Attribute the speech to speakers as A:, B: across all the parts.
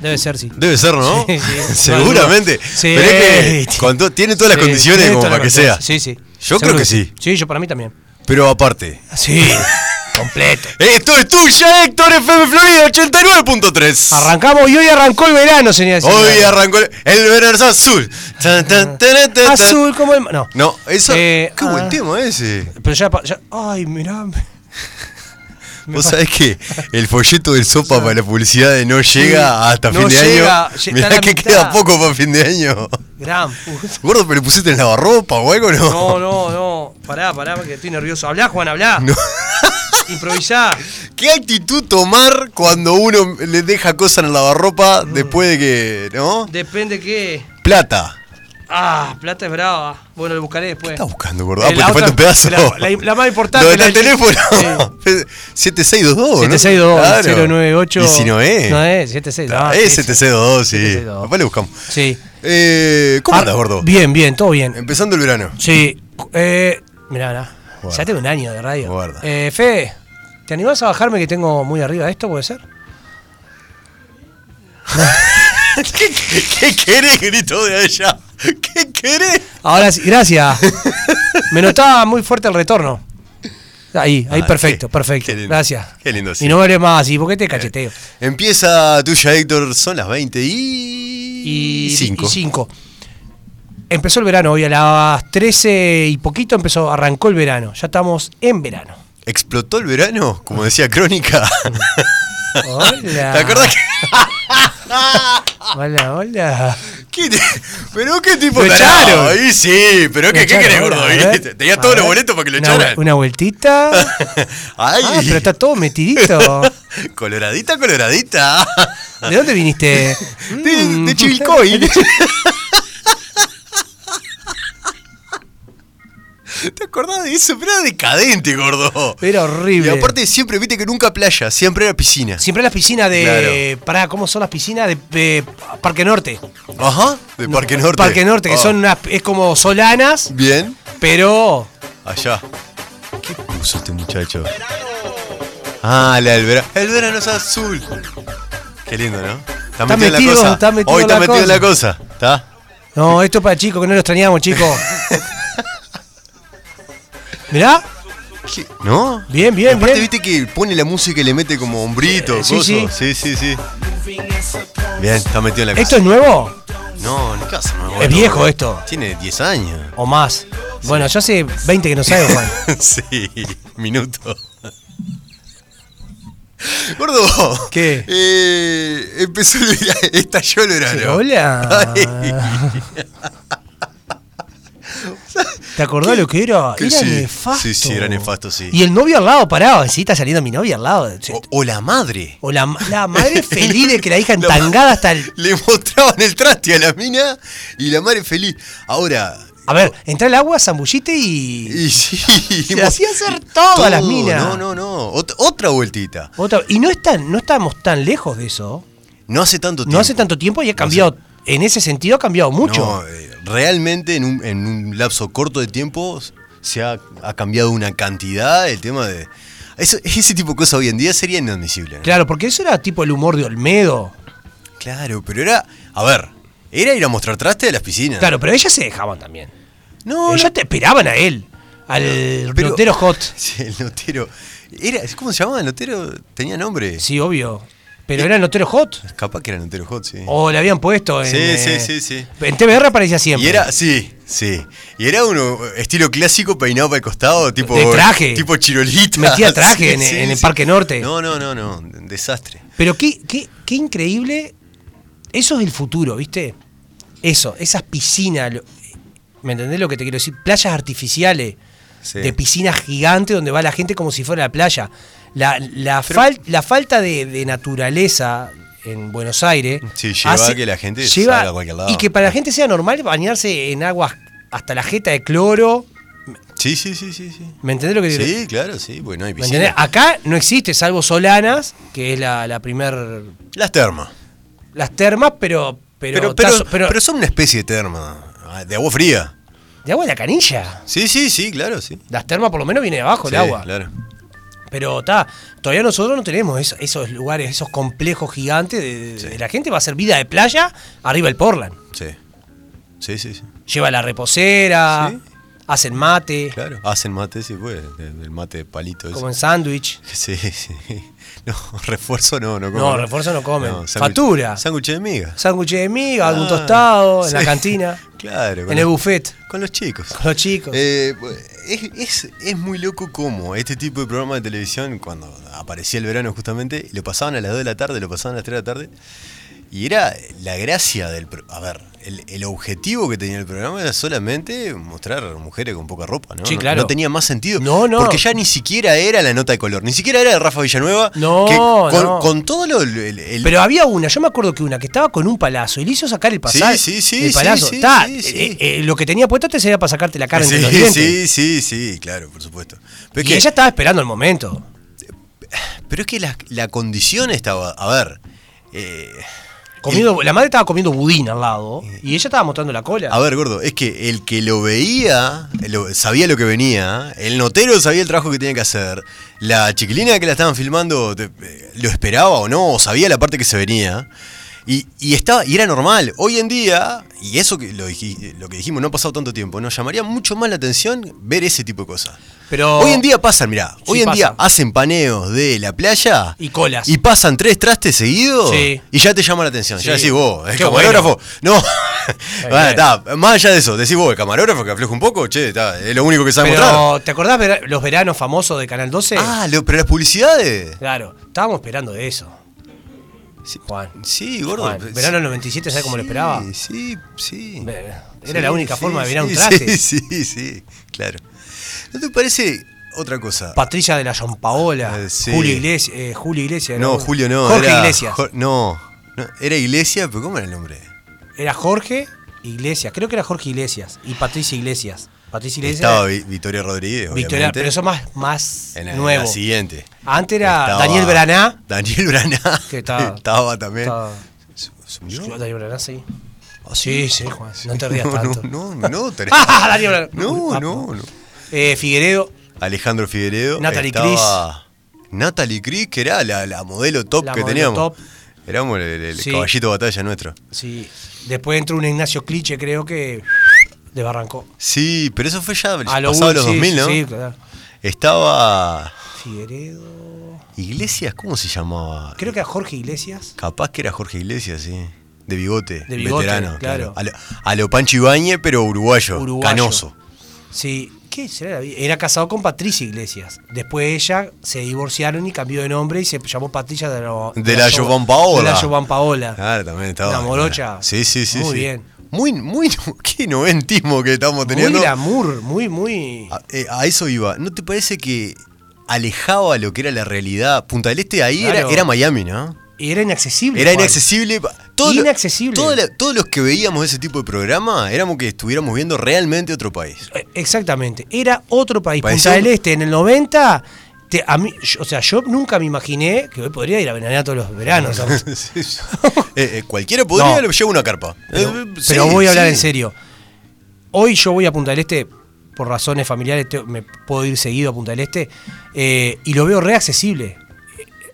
A: Debe ser, sí.
B: Debe ser, ¿no?
A: Sí, sí.
B: Seguramente.
A: Sí.
B: Pero es que con to- tiene todas las
A: Sí,
B: condiciones
A: tiene
B: como
A: todas
B: para que
A: las
B: sea.
A: condiciones. Sí, sí.
B: Yo
A: Seguro
B: creo que sí.
A: Sí, yo para mí también.
B: Pero aparte. Eh,
A: Sí, completo.
B: Esto es tuya, Héctor FM Florida 89.3.
A: Arrancamos y hoy arrancó el verano, señoras y
B: Hoy
A: señores.
B: arrancó el, el verano azul. Tan, tan, tan, tan, tan.
A: Azul como el. ma- No.
B: No, eso.
A: Eh,
B: qué buen
A: ah.
B: tema ese.
A: Pero ya, pa- ya- Ay, mirá. me- me
B: Vos
A: pa-
B: sabés que el folleto del sopa para la publicidad de no llega hasta
A: no
B: fin de
A: llega,
B: año.
A: lle- está
B: Mirá
A: la
B: que
A: mitad.
B: queda poco para fin de año.
A: Gran puta.
B: Gordo, pero le pusiste en lavarropa o algo, ¿no?
A: No, no, no. Pará, pará, porque estoy nervioso. Hablá, Juan, hablá. Improvisá.
B: ¿Qué actitud tomar cuando uno le deja cosas en la lavarropa
A: Mm.
B: después de que, no?
A: Depende qué.
B: Plata.
A: Ah, plata es brava. Bueno, lo buscaré después.
B: ¿Estás buscando, gordo? Ah,
A: Eh,
B: pues
A: la
B: te falta un
A: otra-
B: pedazo.
A: la- la- la más importante,
B: ¿Dónde
A: la
B: está el
A: del-
B: teléfono? 7622, ¿no?
A: 762
B: Claro.
A: 098
B: Y si no es.
A: No es, 76.
B: Ah,
A: ah,
B: es
A: sí,
B: 7622, sí.
A: 7622.
B: Después le buscamos.
A: Sí.
B: Eh, ¿Cómo
A: Ah,
B: andas, gordo?
A: Bien, bien, todo bien.
B: Empezando el verano.
A: Sí. Eh, mirá, mirá.
B: Guarda.
A: Ya tengo un año de radio.
B: Guarda.
A: Eh, Fede, ¿te animás a bajarme que tengo muy arriba esto? ¿Puede ser?
B: ¿Qué, qué querés, grito de allá? ¿Qué querés?
A: Ahora sí, gracias. Me notaba muy fuerte el retorno. Ahí, ahí,
B: Ah,
A: perfecto,
B: qué-
A: perfecto.
B: qué lindo.
A: gracias.
B: Qué lindo, sí. Eh,
A: Y no veré más así, porque te cacheteo.
B: Empieza tuya, Héctor. Son las 20 y.
A: y
B: 5.
A: y cinco. Empezó el verano hoy a las 13 y poquito empezó, arrancó el verano. Ya estamos en verano.
B: ¿Explotó el verano? Como decía Crónica.
A: Hola.
B: ¿Te acordás que.?
A: Hola, hola.
B: ¿Qué te- ¿Pero qué tipo
A: Lo
B: tarado?
A: echaron.
B: Ahí sí, pero
A: Lo
B: ¿qué, qué
A: echaron,
B: querés,
A: hola,
B: gordo?
A: a
B: Ahí
A: ver.
B: te- Tenía
A: A
B: todos
A: ver.
B: los boletos para que lo
A: Una vu-
B: echaran.
A: Una vueltita.
B: Ay,
A: Ah, pero está todo metidito.
B: Coloradita, coloradita.
A: ¿De dónde viniste?
B: De,
A: Mm.
B: de Chivilcoy. ¿Te acordás de eso? Pero era decadente, gordo.
A: Era
B: Y
A: horrible.
B: aparte siempre, viste que nunca playa, siempre era piscina.
A: Siempre las piscinas de. Pará, ¿cómo son las piscinas? De, de Parque Norte.
B: Ajá, de Parque Norte.
A: Parque Norte, que
B: Ah,
A: son unas. Es como solanas,
B: Bien,
A: pero.
B: allá. ¿Qué puso este muchacho? Ah, la del verano. El verano es azul. Qué lindo, ¿no? Está,
A: metido,
B: en la cosa.
A: está metido
B: Hoy
A: en
B: está
A: la
B: metido en la
A: cosa.
B: cosa. ¿Está?
A: No, esto es para chicos, que no lo extrañamos, chicos. Mirá,
B: ¿Qué? ¿No?
A: Bien, bien,
B: Aparte,
A: bien.
B: viste que pone la música y le mete como hombrito,
A: Eh, sí,
B: coso.
A: sí.
B: sí, sí, sí. Bien, está metido en la cosa.
A: ¿esto es nuevo?
B: No, no casa, no,
A: Es viejo esto.
B: Tiene 10 años.
A: ¿O más? Bueno, yo hace 20 que no salgo, Juan.
B: sí, minuto. Gordo.
A: ¿Qué?
B: Eh, empezó el verano. Estalló el verano.
A: Hola. ¿Te acordás lo que era?
B: que
A: era
B: sí.
A: nefasto.
B: Sí, sí, era nefasto, sí. Oh.
A: Y el novio al lado parado. Sí, está saliendo mi novia al lado. Sí.
B: O, o la madre.
A: O la, la madre feliz de que la hija entangada hasta el.
B: Le mostraban el traste a la mina y la madre feliz. Ahora.
A: A ver, entra al agua, zambullite y.
B: Oh. Y sí.
A: Se hacía hacer todo a las minas.
B: No, no, no. Ot- otra vueltita.
A: Otra, y no, están, no estamos tan lejos de eso.
B: No hace tanto tiempo.
A: No hace tanto tiempo y ha cambiado. En ese sentido ha cambiado mucho.
B: No, eh, realmente en un, en un lapso corto de tiempo se ha, ha cambiado una cantidad el tema de... Eso, ese tipo de cosas hoy en día sería inadmisible. ¿no?
A: Claro, porque eso era tipo el humor de Olmedo.
B: Claro, pero era... A ver, era ir a mostrar traste de las piscinas.
A: Claro, Eh, pero ellas se dejaban también.
B: No,
A: ellas
B: no,
A: te esperaban a él. Al
B: pero-
A: pelotero hot.
B: Sí, el notero. Era, ¿Cómo se llamaba el notero? Tenía nombre.
A: Sí, obvio. Pero era el notero hot.
B: Capaz que era notero hot, sí.
A: O le habían puesto en.
B: Sí, sí,
A: eh,
B: sí, sí.
A: En TBR aparecía siempre.
B: Y era, sí, sí. Y era uno estilo clásico peinado para el costado, tipo.
A: De traje.
B: Tipo chirolita.
A: Metía traje en- en el Parque Norte.
B: No, no, no, no. un Desastre.
A: Pero qué, qué, qué increíble. Eso es el futuro, ¿viste? Eso, esas piscinas. lo- ¿Me entendés lo que te quiero decir? Playas artificiales.
B: Sí.
A: De piscinas gigantes donde va la gente como si fuera la playa. La, la, fal- la falta de, de naturaleza en Buenos Aires.
B: Sí, lleva a que la gente salga a cualquier lado.
A: Y que para la gente sea normal bañarse en aguas hasta la jeta de cloro.
B: Sí, sí, sí, sí. Sí,
A: ¿Me entendés lo que te quiero
B: sí claro, sí. Bueno, hay
A: ¿Me entendés?
B: piscina.
A: Acá no existe, salvo Solanas, que es la, la primer
B: Las termas.
A: las termas, pero. Pero,
B: Pero, pero,
A: tazo- pero-
B: pero son una especie de terma. ah, De agua fría.
A: de agua de la canilla.
B: Sí, sí, sí, claro, sí.
A: Las termas por lo menos viene de abajo
B: Sí,
A: el agua.
B: Claro.
A: Pero está, todavía nosotros no tenemos es- esos lugares, esos complejos gigantes. De, de-
B: Sí.
A: de la gente va a hacer vida de playa arriba el Portland.
B: Sí. Sí, sí, sí.
A: Lleva la reposera,
B: Sí.
A: hacen mate,
B: Claro. Hacen mate, sí, pues. El mate de palito. ese.
A: comen sándwich.
B: Sí, sí. No, refuerzo no, no comen.
A: No, refuerzo no comen.
B: sándwich-
A: Factura.
B: Sándwich de miga.
A: Sándwich de miga, algún
B: Ah,
A: tostado, en la
B: sí.
A: cantina,
B: Claro. con
A: en el
B: los-
A: buffet,
B: Con los chicos.
A: con los chicos.
B: Eh, es, es- es muy loco cómo este tipo de programa de televisión, cuando aparecía el verano justamente, lo pasaban a las 2 de la tarde, lo pasaban a las 3 de la tarde. Y era la gracia del... pro- A ver, el, el objetivo que tenía el programa era solamente mostrar mujeres con poca ropa, ¿no?
A: Sí,
B: No-
A: claro.
B: No, tenía más sentido.
A: No, no.
B: Porque ya ni siquiera era la nota de color, ni siquiera era de Rafa Villanueva.
A: No,
B: que con,
A: no.
B: con todo lo... el- el-
A: Pero había una, yo me acuerdo que una que estaba con un palazo y le hizo sacar el pasaje.
B: Sí, sí, sí,
A: El
B: sí,
A: palazo.
B: sí,
A: Está,
B: sí, sí.
A: eh, eh, lo que tenía puesto te servía para sacarte la cara entre los
B: sí,
A: dientes.
B: sí, sí, sí, claro, por supuesto. Pero es
A: y
B: que-
A: ella estaba esperando el momento.
B: Pero es que la, la condición estaba. A ver. eh,
A: Comiendo, la madre estaba comiendo budín al lado y ella estaba mostrando la cola.
B: a ver, gordo, es que el que lo veía, lo- sabía lo que venía, el notero sabía el trabajo que tenía que hacer, la chiquilina que la estaban filmando te- eh, lo esperaba o no, o sabía la parte que se venía. Y, y estaba, y era normal. Hoy en día, y eso que lo, dij- lo que dijimos no ha pasado tanto tiempo, nos llamaría mucho más la atención ver ese tipo de cosas.
A: Pero
B: Hoy en día pasan, mirá, hoy en
A: pasa.
B: día hacen paneos de la playa
A: Y colas.
B: Y pasan tres trastes seguidos
A: Sí.
B: y ya te llama la atención. Ya
A: Sí.
B: decís vos, el
A: Qué
B: camarógrafo. No.
A: bien.
B: Bueno, está, más allá de eso, decís vos, el camarógrafo que afloja un poco, che, está, es lo único que sabe mostrar.
A: Pero, ¿te acordás vera- los veranos famosos de Canal 12?
B: Ah, lo- pero las publicidades.
A: Claro, estábamos esperando eso.
B: Sí.
A: Juan.
B: Sí, gordo.
A: Juan, verano del 97, ¿sabes cómo lo esperaba?
B: Sí, sí.
A: Ve, Era
B: Sí,
A: la única
B: sí,
A: forma de mirar
B: sí,
A: un traste.
B: Sí, sí, sí, claro. ¿No te parece otra cosa?
A: Patricia de la John Paola,
B: Eh, sí.
A: Julio Iglesias, eh, Julio Iglesias.
B: no, Julio no.
A: Jorge
B: era
A: Iglesias.
B: Jo- no, no, era Iglesia, pero ¿cómo era el nombre?
A: Era Jorge Iglesias, creo que era Jorge Iglesias y Patricia Iglesias. Patricia Iglesias.
B: Estaba Vi-
A: era
B: Victoria Rodríguez,
A: Victoria,
B: obviamente.
A: pero eso más, más
B: en la, en la
A: nuevo.
B: siguiente.
A: Antes era
B: Estaba
A: Daniel Braná.
B: Daniel Braná.
A: Que estaba-
B: también.
A: Estaba-
B: ¿Se- se murió? Ah,
A: Daniel Braná, sí. sí, sí, Juan. No te rías
B: no,
A: tanto.
B: No, no, no. te-
A: Ah, Daniel Braná.
B: no, no, no.
A: Eh, Figueredo,
B: Alejandro Figueredo.
A: Natalie
B: estaba- Natalie Cris, que era la, la modelo top
A: La
B: que
A: modelo
B: teníamos.
A: top.
B: Éramos el, el
A: Sí.
B: caballito de batalla nuestro.
A: sí. Después entró un Ignacio Cliche, creo que desbarrancó.
B: Sí, pero eso fue ya
A: A lo
B: pasado
A: ul-
B: los
A: sí,
B: 2000, ¿no?
A: Sí, claro.
B: Estaba.
A: Figueredo.
B: Iglesias, ¿cómo se llamaba?
A: Creo que a Jorge Iglesias.
B: Capaz que era Jorge Iglesias, sí. De bigote,
A: De bigote,
B: veterano.
A: claro.
B: A lo, a lo Pancho Ibañez, pero uruguayo,
A: Uruguayo.
B: canoso.
A: Sí. ¿Qué será la vida? Era casado con Patricia Iglesias. Después ella se divorciaron y cambió de nombre y se llamó Patricia de la,
B: De la Jovan Paola.
A: De la Jovan Paola.
B: Claro, también estaba.
A: La morocha.
B: Sí, sí, sí.
A: Muy
B: sí.
A: bien.
B: Muy, muy, qué noventismo que estamos teniendo.
A: Muy glamour, muy, muy.
B: A, eh, a eso iba. ¿No te parece que alejaba lo que era la realidad? Punta del Este ahí
A: Claro.
B: era, era Miami, ¿no?
A: Y era inaccesible.
B: Era
A: Juan.
B: inaccesible. Todo lo-
A: Inaccesible.
B: todo la- todos los que veíamos ese tipo de programa éramos que estuviéramos viendo realmente otro país.
A: Eh, Exactamente. Era otro país.
B: Parecía
A: Punta del
B: un-
A: Este, en el 90. te- a mí, yo- o sea, yo nunca me imaginé que hoy podría ir a Venanea todos los veranos. ¿sabes?
B: Sí. Eh, eh, cualquiera podría
A: No.
B: llevar una carpa.
A: Pero,
B: Eh, sí,
A: pero voy a hablar
B: sí.
A: en serio. Hoy yo voy a Punta del Este, por razones familiares, te- me puedo ir seguido a Punta del Este, eh, y lo veo reaccesible.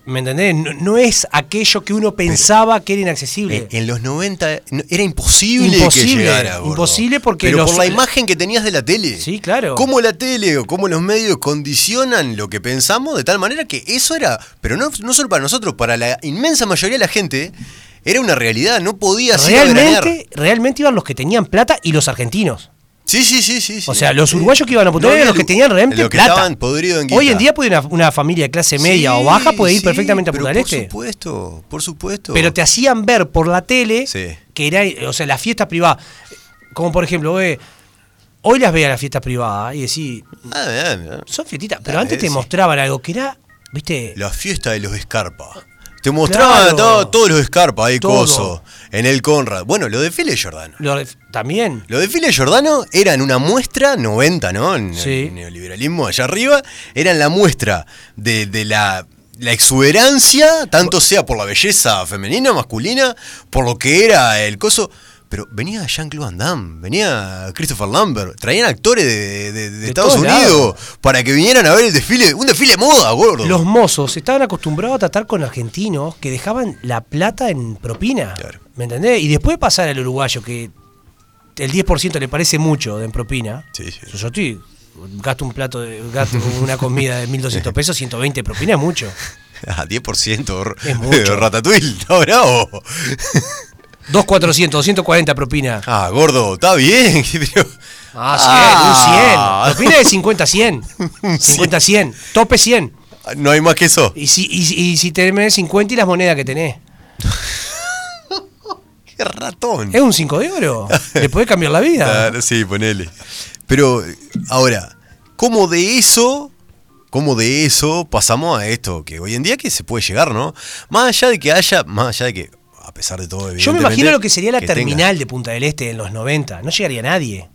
A: ¿Me entendés? No, no es aquello que uno pensaba que era inaccesible.
B: Eh, En, en los 90 no- era imposible,
A: Imposible,
B: que llegara. gordo.
A: imposible porque
B: Pero
A: los-
B: por la imagen que tenías de la tele.
A: Sí, claro.
B: Cómo la tele o cómo los medios condicionan lo que pensamos de tal manera que eso era. Pero no, no solo para nosotros, para la inmensa mayoría de la gente, era una realidad. No podías ir a veranear.
A: realmente, realmente iban los que tenían plata y los argentinos.
B: Sí, sí, sí, sí.
A: O
B: sí.
A: sea, los
B: Sí.
A: uruguayos que iban a Punta
B: No
A: del
B: había
A: Este eran los que
B: lu-
A: tenían realmente
B: los que
A: plata.
B: estaban podridos en guita.
A: Hoy en día puede una, una familia de clase media o
B: Sí,
A: baja puede ir
B: sí,
A: perfectamente a
B: pero
A: Punta del Este.
B: Por supuesto, por supuesto.
A: Pero te hacían ver por la tele
B: Sí.
A: que era, o sea, las fiestas privadas. Como por ejemplo, vos ves- hoy las veía las fiestas privadas y decís,
B: Ah, ah, ah.
A: son fiestitas, pero
B: Ah,
A: antes te
B: sí.
A: mostraban algo que era, viste,
B: La fiesta de los Escarpa. Te mostraban
A: Claro.
B: todo- todos los Escarpa ahí,
A: Todo.
B: coso, en el Conrad. Bueno, los desfiles jordanos.
A: lo de- también.
B: Los desfiles jordanos eran una muestra 90, ¿no? En
A: Sí.
B: el neoliberalismo allá arriba, eran la muestra de, de la, la exuberancia, tanto sea por la belleza femenina, masculina, por lo que era el coso. Pero venía Jean-Claude Van Damme, venía Christopher Lambert, traían actores de, de- de
A: De
B: Estados
A: todos
B: Unidos
A: lados.
B: para que vinieran a ver el desfile, un desfile de moda, gordo.
A: Los mozos estaban acostumbrados a tratar con argentinos que dejaban la plata en propina.
B: Claro.
A: ¿Me entendés? Y después pasar al uruguayo que el 10% le parece mucho en propina.
B: Sí, sí.
A: Yo estoy, gasto un plato, de, gasto una comida de 1.200 pesos, 120 propina es mucho.
B: Ah, 10%
A: Es mucho.
B: Ratatouille, está bravo.
A: 2.400, 240 propina.
B: Ah, gordo, está bien. pero- Ah.
A: Ah, 100, un 100. Propina de 50, 100. 50, 100. Tope 100.
B: Ah, No hay más que eso.
A: Y si, y, si- y si tenés 50 y las monedas que tenés.
B: Qué ratón.
A: Es un 5 de oro. Le podés cambiar la vida.
B: Claro, sí, ponele. Pero eh, ahora, ¿cómo de eso, cómo de eso pasamos a esto? Que hoy en día que se puede llegar, ¿no? Más allá de que haya, más allá de que, a pesar de todo,
A: Yo me imagino
B: evidentemente,
A: lo que sería la
B: tenga-
A: terminal de Punta del Este en los 90. No llegaría nadie.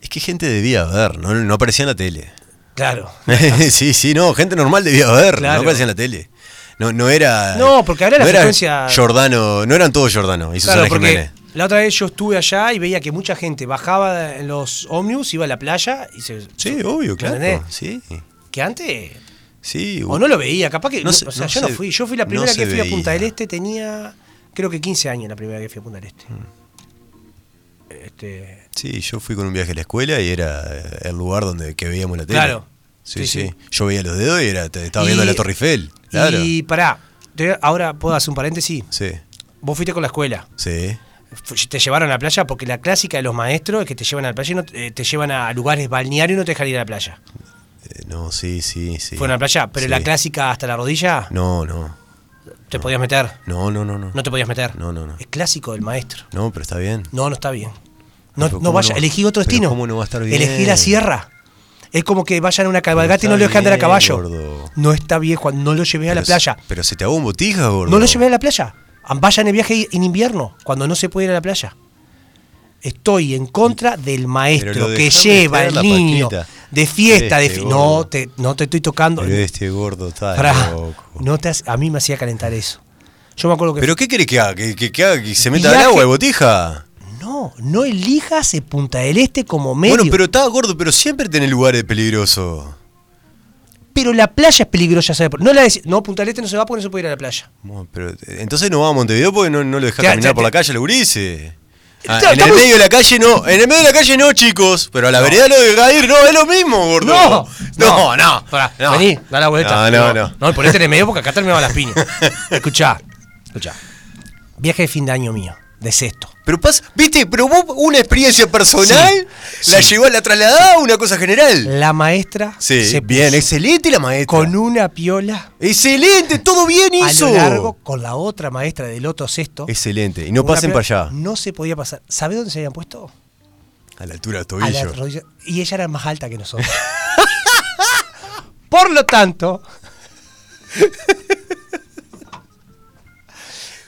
B: Es que gente debía haber, no, no aparecía en la tele.
A: Claro.
B: sí, sí, no, gente normal debía haber,
A: Claro.
B: no aparecía en la tele. No, no era.
A: No, porque ahora la
B: era
A: frecuencia-
B: Jordano, no eran todos Jordano y Susana
A: Claro, porque
B: Jiménez.
A: la otra vez yo estuve allá y veía que mucha gente bajaba en los ómnibus, iba a la playa y se.
B: Sí, obvio,
A: ¿me
B: claro.
A: entendés?
B: Sí,
A: Que antes.
B: sí.
A: O no lo veía, capaz que.
B: No se-
A: o sea,
B: no
A: yo no
B: se-
A: fui. Yo fui la
B: no
A: primera
B: se
A: que fui a Punta
B: veía.
A: del Este, tenía. Creo que 15 años la primera que fui a Punta del Este.
B: Mm.
A: Este.
B: Sí, yo fui con un viaje a la escuela y era eh, el lugar donde que veíamos la tele.
A: Claro.
B: Sí,
A: Sí,
B: sí.
A: sí.
B: Yo veía los dedos y era, te- estaba
A: Y-
B: viendo la Torre Eiffel. Claro.
A: Y pará, te- ahora puedo hacer un paréntesis.
B: Sí,
A: Vos fuiste con la escuela.
B: sí. Eh,
A: Fu- te llevaron a la playa porque la clásica de los maestros es que te llevan a la playa y no, eh, te llevan a lugares balnearios y no te dejan ir a la playa.
B: Eh, no, sí, sí, sí.
A: Fueron a la playa, pero
B: Sí.
A: la clásica hasta la rodilla
B: No, no.
A: te podías meter.
B: No, no, no, no.
A: No te podías meter.
B: No, no, no.
A: Es clásico del maestro.
B: No, pero está bien.
A: No, no está bien. No,
B: Pero
A: no
B: ¿cómo
A: vaya,
B: no va-
A: elegí otro
B: pero
A: destino.
B: cómo no va a estar bien?
A: Elegí la sierra. Es como que vayan a una cabalgata y
B: está
A: no lo dejan andar a
B: bien,
A: caballo.
B: gordo.
A: No está bien, Juan. No lo llevé a la
B: Pero
A: playa.
B: se- Pero se te hago un botija, gordo.
A: No lo llevé a la playa. Vayan de viaje en invierno, cuando no se puede ir a la playa. Estoy en contra del
B: Pero
A: maestro
B: lo
A: que
B: dejame
A: lleva
B: traer
A: al
B: la
A: niño
B: paquita.
A: de fiesta. de
B: Este,
A: fi-
B: gordo.
A: no, te, no te estoy tocando.
B: Pero este gordo está
A: Pará,
B: loco.
A: no te has- a mí me hacía calentar eso. Yo me acuerdo que.
B: ¿Pero qué querés que haga? ¿Que, que- que haga que se meta
A: Viaje-
B: al agua de botija?
A: no, no elijas el Punta del Este como medio.
B: Bueno, pero
A: pero,
B: está gordo, pero siempre tenés lugares peligrosos.
A: la playa es peligrosa, ¿sabes? por- No, la dec- no, Punta del Este no se va porque no se puede ir a la playa.
B: Bueno, pero eh, entonces no va a Montevideo porque no, no lo deja
A: Te-
B: caminar
A: te-
B: por la
A: te-
B: calle, lo gurice. Ah,
A: Está-
B: en
A: está
B: el
A: muy-
B: medio de la calle no, en el medio de la calle no, chicos. Pero a la vereda lo deja ir, no, es lo mismo, gordo.
A: No,
B: no, no.
A: Pará,
B: no.
A: vení, da la vuelta.
B: No, no, no.
A: No, ponete en el medio porque acá terminaba las piñas. escuchá, escuchá. Viaje de fin de año mío, de sexto.
B: Pero pasa, viste, pero vos una experiencia personal
A: Sí,
B: la
A: sí.
B: llevó a la trasladada a una cosa general.
A: La maestra
B: Sí,
A: se
B: bien,
A: puso
B: excelente la maestra.
A: con una piola
B: Excelente, todo bien hizo.
A: a lo largo con la otra maestra del otro sexto.
B: Excelente, y no
A: Una
B: pasen para
A: piola-
B: allá.
A: No se podía pasar. ¿Sabés dónde se habían puesto?
B: A la altura del
A: A la
B: tobillo.
A: rodilla. Y ella era más alta que nosotros. Por lo tanto,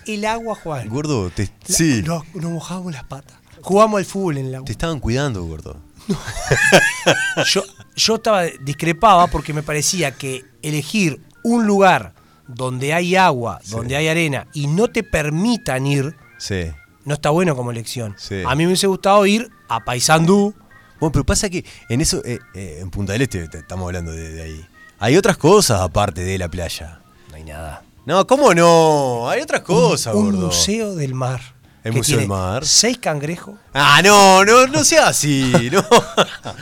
A: el agua, Juan.
B: Gordo, te,
A: La-
B: sí,
A: Nos, nos mojábamos las patas. Jugábamos al fútbol en el agua.
B: te estaban cuidando, gordo.
A: Yo, yo estaba discrepaba porque me parecía que elegir un lugar donde hay agua, donde hay arena y no te permitan ir,
B: Sí.
A: no está bueno como elección.
B: Sí.
A: A mí me hubiese gustado ir a Paysandú.
B: Bueno, pero pasa que en eso, eh, eh, en Punta del Este te- estamos hablando de, de ahí. Hay otras cosas aparte de la playa.
A: No hay nada.
B: No, ¿cómo no? Hay otras cosas,
A: un
B: gordo.
A: museo del mar.
B: El
A: que
B: Museo del
A: tiene
B: Mar.
A: Seis cangrejos,
B: Ah, no, no, no sea así, no.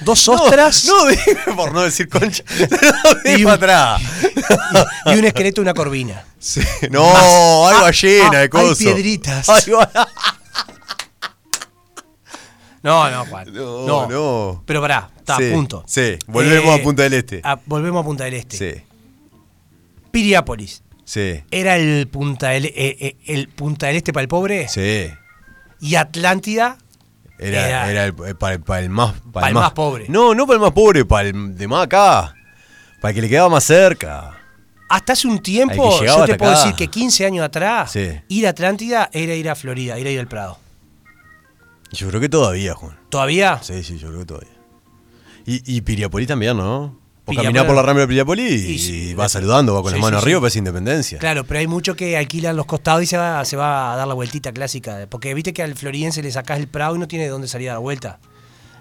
A: dos
B: No,
A: ostras
B: No, dime, por no decir concha. No,
A: Y
B: dime
A: un-
B: atrás.
A: y un esqueleto de una corvina.
B: Sí, No, hay
A: Ah,
B: ballena
A: ah,
B: de cosas.
A: hay piedritas.
B: Hay ba-
A: No, no, Juan.
B: No,
A: No,
B: no.
A: Pero pará, está,
B: Sí,
A: punto.
B: sí. Volvemos a Punta del Este.
A: a- volvemos a Punta del Este.
B: Sí,
A: Piriápolis.
B: sí,
A: Era el Punta del, eh, eh, el Punta del Este para el pobre.
B: sí.
A: Y Atlántida.
B: Era,
A: Era-
B: era, el, para, el más,
A: Para el más pobre.
B: No, no para el más pobre, para el de más acá. Para el que le quedaba más cerca.
A: Hasta hace un
B: Al
A: tiempo,
B: que llegaba
A: yo te
B: hasta
A: puedo
B: acá.
A: decir que 15 años atrás,
B: Sí.
A: ir a Atlántida era ir a Florida, era ir al Prado.
B: Yo creo que todavía, Juan.
A: ¿Todavía?
B: Sí, sí, yo creo que todavía. Y, y Piriápolis también, ¿no? Vos
A: Pilla-
B: caminás por la rambla de Pillapolí
A: Y
B: y,
A: sí.
B: vas saludando, va con
A: Sí,
B: las manos
A: sí,
B: arriba,
A: sí.
B: parece independencia.
A: Claro, pero hay mucho que alquilan los costados y se va, se va a dar la vueltita clásica. de- Porque viste que al floridense le sacás el prado y no tiene de dónde salir a dar vuelta.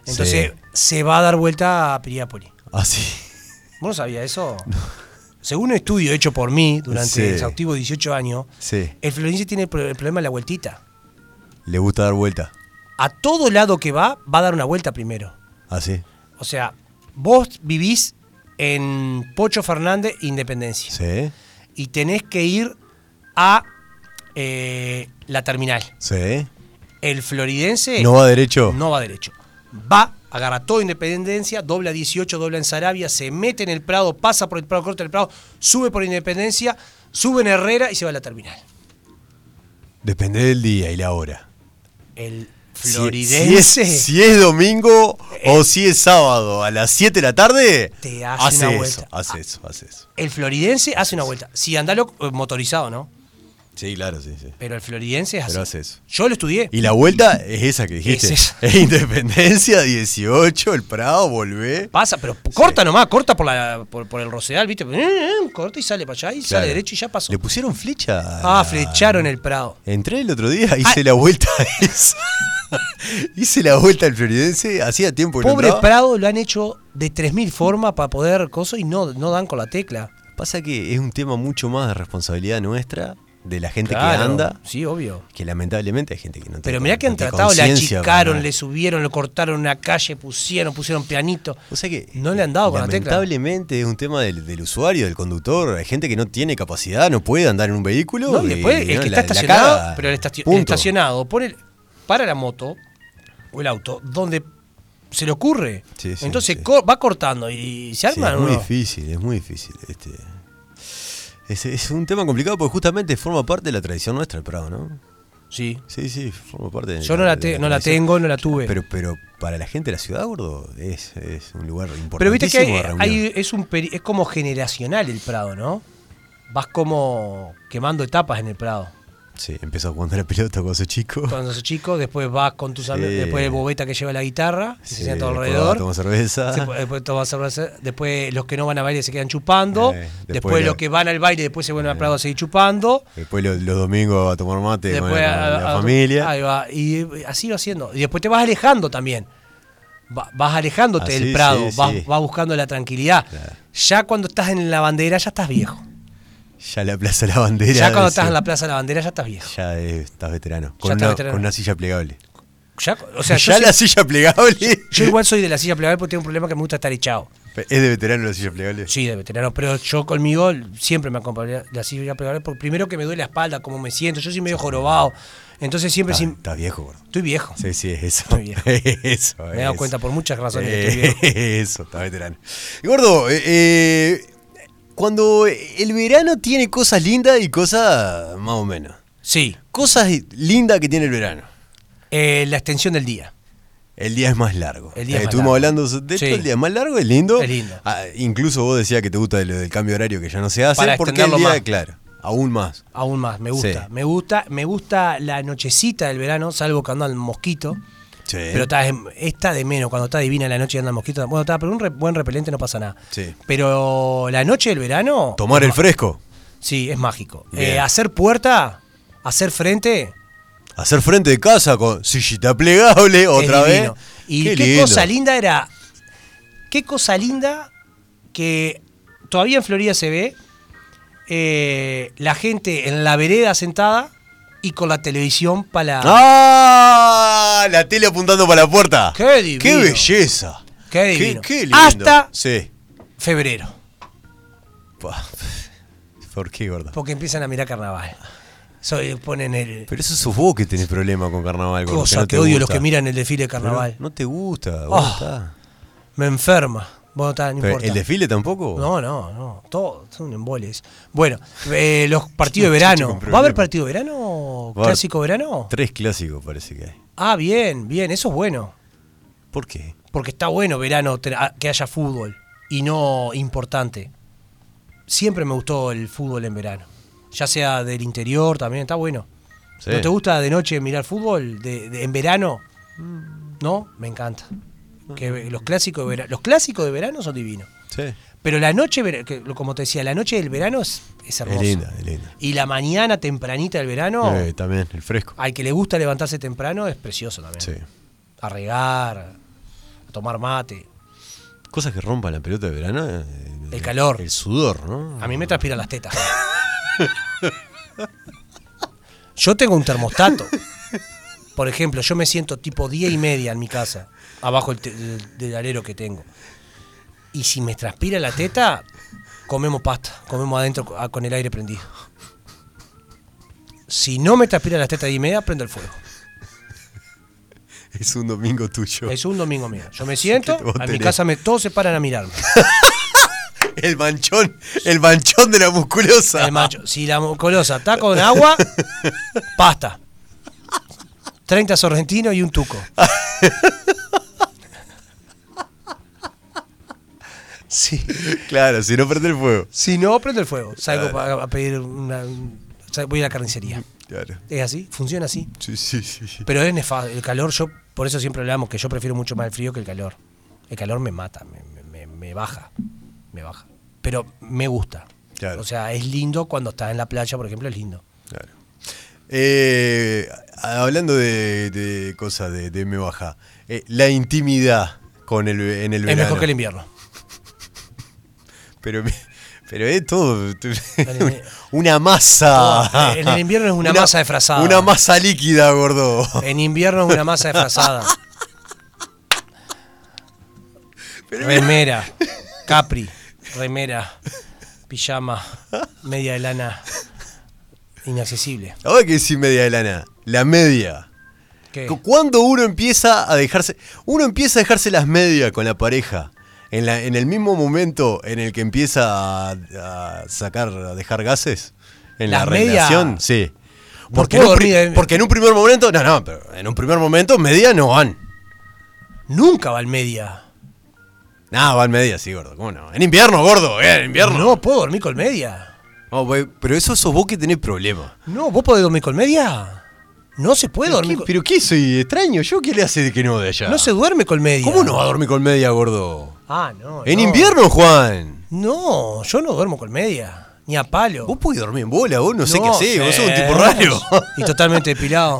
A: Entonces
B: Sí.
A: se va a dar vuelta a Piriápolis.
B: Así.
A: ¿Vos no sabías eso? Según un estudio hecho por mí durante
B: Sí.
A: exhaustivos 18 años,
B: Sí.
A: el floridense tiene el pro- el problema de la vueltita.
B: Le gusta dar vuelta.
A: A todo lado que va, va a dar una vuelta primero.
B: Así.
A: O sea, vos vivís en Pocho Fernández, Independencia.
B: Sí.
A: Y tenés que ir a eh, la terminal.
B: Sí.
A: El floridense
B: No va derecho.
A: no va derecho. Va, agarra todo Independencia, dobla 18, dobla en Sarabia, se mete en el Prado, pasa por el Prado, corta el Prado, sube por Independencia, sube en Herrera y se va a la terminal.
B: Depende del día y la hora.
A: El
B: Si-
A: floridense
B: Si, es, si es domingo o si es sábado a las 7 de la tarde,
A: Eh. Te hace una vuelta.
B: eso, hace eso, hace eso.
A: el floridense hace una vuelta. Si anda lo- eh, motorizado, ¿no?
B: Sí, claro, sí, sí.
A: Pero el floridense es así.
B: Pero hace eso.
A: Yo lo estudié.
B: Y la vuelta es esa que dijiste.
A: Es
B: Es,
A: esa.
B: Independencia 18, el Prado, volvé.
A: Pasa, pero corta nomás, corta por, la, por, por el Rosedal, ¿viste? Eh, eh, Corta y sale para allá y
B: Claro.
A: sale derecho y ya pasó.
B: Le pusieron flecha. a
A: Ah,
B: la-
A: flecharon Ah. el Prado.
B: Entré el otro día, hice la vuelta a esa. hice la vuelta al Floridense, hacía tiempo que no
A: Pobre
B: entraba.
A: Prado lo han hecho de 3.000 formas para poder coso y no, no dan con la tecla.
B: Pasa que es un tema mucho más de responsabilidad nuestra, de la gente que
A: Claro,
B: anda,
A: Sí, obvio.
B: que lamentablemente hay gente que no tiene
A: Pero mirá que han
B: no tiene
A: tratado, le
B: conciencia,
A: achicaron,
B: ¿verdad?
A: le subieron, le cortaron una calle, pusieron, pusieron pianito.
B: O sea que
A: No le han dado con la tecla.
B: Lamentablemente es un tema del, del usuario, del conductor. Hay gente que no tiene capacidad, no puede andar en un vehículo.
A: No, y
B: y,
A: después el
B: no,
A: que
B: la- la
A: está estacionado,
B: caga.
A: pero el, estacio-
B: Punto.
A: el estacionado pone el- para la moto o el auto donde se le ocurre.
B: Sí, sí,
A: Entonces
B: sí.
A: co- va cortando y
B: Sí,
A: se arma
B: es muy
A: uno.
B: difícil, es muy difícil. Este. Es, es un tema complicado porque justamente forma parte de la tradición nuestra el Prado, ¿no?
A: Sí.
B: Sí, sí, forma parte de
A: Yo no la,
B: de
A: te- no la
B: tradición.
A: tengo, no la tuve.
B: Pero, pero para la gente de la ciudad, gordo, es, es un lugar importante.
A: Pero viste que hay- hay- es, un peri- es como generacional el Prado, ¿no? Vas como quemando etapas en el Prado.
B: Sí, empezó jugando a la pelota cuando sos chico.
A: Cuando sos chico, después vas con tus amigos,
B: Sí.
A: después el bobeta que lleva la guitarra, que se
B: Sí,
A: sienta todo
B: después
A: alrededor.
B: Toma cerveza.
A: Se pu- después, tomas cerveza, después los que no van a baile se quedan chupando.
B: Eh, después Eh.
A: después
B: la-
A: los que van al baile después se vuelven al Prado a seguir chupando.
B: Después los, los domingos a tomar mate
A: después
B: con la,
A: a-
B: con la
A: a-
B: familia.
A: ahí va, Y así va haciendo. Y después te vas alejando también. Va- vas alejándote
B: Ah,
A: del
B: sí,
A: Prado,
B: sí,
A: vas,
B: sí.
A: vas buscando la tranquilidad.
B: Claro.
A: Ya cuando estás en la bandera, ya estás viejo.
B: ya la plaza de la bandera.
A: Ya cuando
B: es-
A: estás en la Plaza de la Bandera, ya estás viejo.
B: Ya es- estás veterano. Con,
A: estás
B: una,
A: veterano.
B: con una silla plegable.
A: Ya, o sea, yo,
B: ya
A: soy-
B: la silla plegable.
A: yo igual soy de la silla plegable porque tengo un problema que me gusta estar echado.
B: es de veterano la silla plegable.
A: Sí, de veterano, pero yo conmigo siempre me acompaña la silla plegable porque primero que me duele la espalda, como me siento, yo soy medio jorobado. Entonces siempre
B: Estás
A: sin-
B: estás viejo, gordo.
A: estoy viejo.
B: Ah. Sí, sí, es eso.
A: Estoy viejo.
B: eso
A: me he dado
B: es.
A: cuenta por muchas razones que estoy
B: Eh,
A: viejo.
B: Eso, está veterano. Gordo, eh, eh, cuando el verano tiene cosas lindas y cosas más o menos.
A: Sí,
B: Cosas lindas que tiene el verano.
A: eh, la extensión del día.
B: El día es más largo. Eh,
A: El día es más
B: Estuvimos
A: largo.
B: hablando de esto,
A: Sí.
B: el día es más largo, es lindo.
A: Es lindo.
B: Ah, incluso vos decías que te gusta lo del cambio de horario que ya no se hace.
A: Para
B: porque el
A: extenderlo
B: día,
A: más.
B: claro, aún más.
A: Aún más, me gusta.
B: Sí.
A: Me gusta, me gusta la nochecita del verano, salvo que anda el mosquito.
B: Sí.
A: Pero está, en- está de menos, cuando está divina la noche y anda el mosquito. Bueno, está, pero un re- buen repelente no pasa nada.
B: Sí.
A: Pero la noche del verano.
B: Tomar el fresco,
A: Sí, es mágico.
B: Bien.
A: Eh, hacer puerta, hacer frente.
B: hacer frente de casa con sillita plegable otra
A: es
B: vez.
A: divino. Y qué,
B: lindo.
A: cosa linda era. Qué cosa linda que todavía en Florida se ve eh, la gente en la vereda sentada y con la televisión para.
B: ¡Ah! La tele apuntando para la puerta.
A: Qué divino.
B: ¡Qué belleza!
A: Qué divino.
B: qué lindo!
A: Hasta-
B: Sí.
A: febrero,
B: Pa. ¿Por qué, gordo?
A: porque empiezan a mirar carnaval. Soy, ponen el.
B: Pero eso sos vos que tenés problema con carnaval, gordo.
A: cosa
B: no
A: que
B: te
A: odio
B: gusta.
A: los que miran el desfile de
B: Pero
A: carnaval.
B: No te gusta. vos
A: Oh.
B: está.
A: Me enferma. Bueno, está, no
B: Pero,
A: importa.
B: ¿El desfile tampoco?
A: No, no, no. Todos son emboles. Bueno, eh, los partidos de
B: Muchacho con
A: verano. ¿Va a
B: problemas.
A: haber partido de verano?
B: Va a haber-
A: ¿Clásico verano?
B: Tres clásicos parece que hay.
A: Ah, bien, bien. Eso es bueno.
B: ¿Por qué?
A: Porque está bueno verano te- a- que haya fútbol y no importante. Siempre me gustó el fútbol en verano. Ya sea del interior también, está bueno.
B: Sí.
A: ¿No te gusta de noche mirar fútbol de, de- en verano?
B: Mm.
A: No, me encanta. Que ve- los clásicos de verano, los clásicos de verano son divinos.
B: Sí.
A: Pero la noche, ver- que, lo- como te decía, la noche del verano es, es hermosa.
B: Es linda, es linda.
A: Y la mañana tempranita del verano,
B: Eh, también, el fresco.
A: al que le gusta levantarse temprano, es precioso también.
B: Sí.
A: A regar, a tomar mate.
B: Cosas que rompan la pelota de verano. eh,
A: El calor.
B: El sudor, ¿no?
A: A mí me transpiran las tetas. Yo tengo un termostato. Por ejemplo, yo me siento tipo día y media en mi casa, abajo del, te- del- del alero que tengo. Y si me transpira la teta, comemos pasta, comemos adentro co- ah, con el aire prendido. Si no me transpira las tetas día y media, prendo el fuego.
B: Es un domingo tuyo.
A: Es un domingo mío. Yo me siento,
B: que vos
A: a mi
B: tenés.
A: casa me, todos se paran a mirarme.
B: El manchón, el manchón de la musculosa.
A: El macho. Si la mucolosa está con agua, pasta. 30 sorrentinos y un tuco. Sí.
B: Claro, si no prende el fuego.
A: Si no, prendo el fuego. Salgo pa- a pedir una. sal- Voy a la carnicería.
B: Claro.
A: Es así, funciona así.
B: Sí, sí, sí. sí.
A: Pero es nefasto. El calor, yo, por eso siempre hablamos que yo prefiero mucho más el frío que el calor. El calor me mata, me, me- me- me baja. Me baja. Pero me gusta.
B: Claro.
A: O sea, es lindo cuando estás en la playa, por ejemplo, es lindo.
B: Claro. Eh, hablando de, de cosas de, de me baja, eh, la intimidad con el, ve- en el
A: Es
B: verano.
A: mejor que el invierno.
B: Pero, me- pero es todo.
A: Dale.
B: Una masa.
A: Todo. eh, En el invierno es una masa desfrazada.
B: Una masa líquida, gordo.
A: En invierno es una masa desfrazada. Remera, capri, remera, pijama, media de lana, inaccesible.
B: Ahora que decir media de lana. La media.
A: ¿Qué?
B: Cu- Cuando uno empieza a dejarse. Uno empieza a dejarse las medias con la pareja. En, la- en el mismo momento en el que empieza a, a sacar, a dejar gases. En la
A: Las medias-
B: relación, sí.
A: No
B: Porque,
A: puedo
B: en un pri-
A: dormir, eh.
B: porque en un primer momento. No, no, pero en un primer momento medias no van.
A: Nunca va al media.
B: Nada, van medias, sí, gordo. ¿Cómo no? En invierno, gordo, eh, en invierno.
A: No puedo dormir con media.
B: No, güey, pero eso sos vos que tenés problema.
A: No, ¿vos podés dormir con media? No se puede dormir con...
B: ¿Pero qué soy extraño? ¿Yo qué le hace de que no de allá?
A: No se duerme con media.
B: ¿Cómo no va a dormir con media, gordo?
A: Ah, no.
B: En
A: no.
B: invierno, Juan.
A: No, yo no duermo con media. Ni a palo.
B: Vos podés dormir en bola, vos no, sé qué hacés, vos sos un
A: eh,
B: tipo raro.
A: Y totalmente depilado.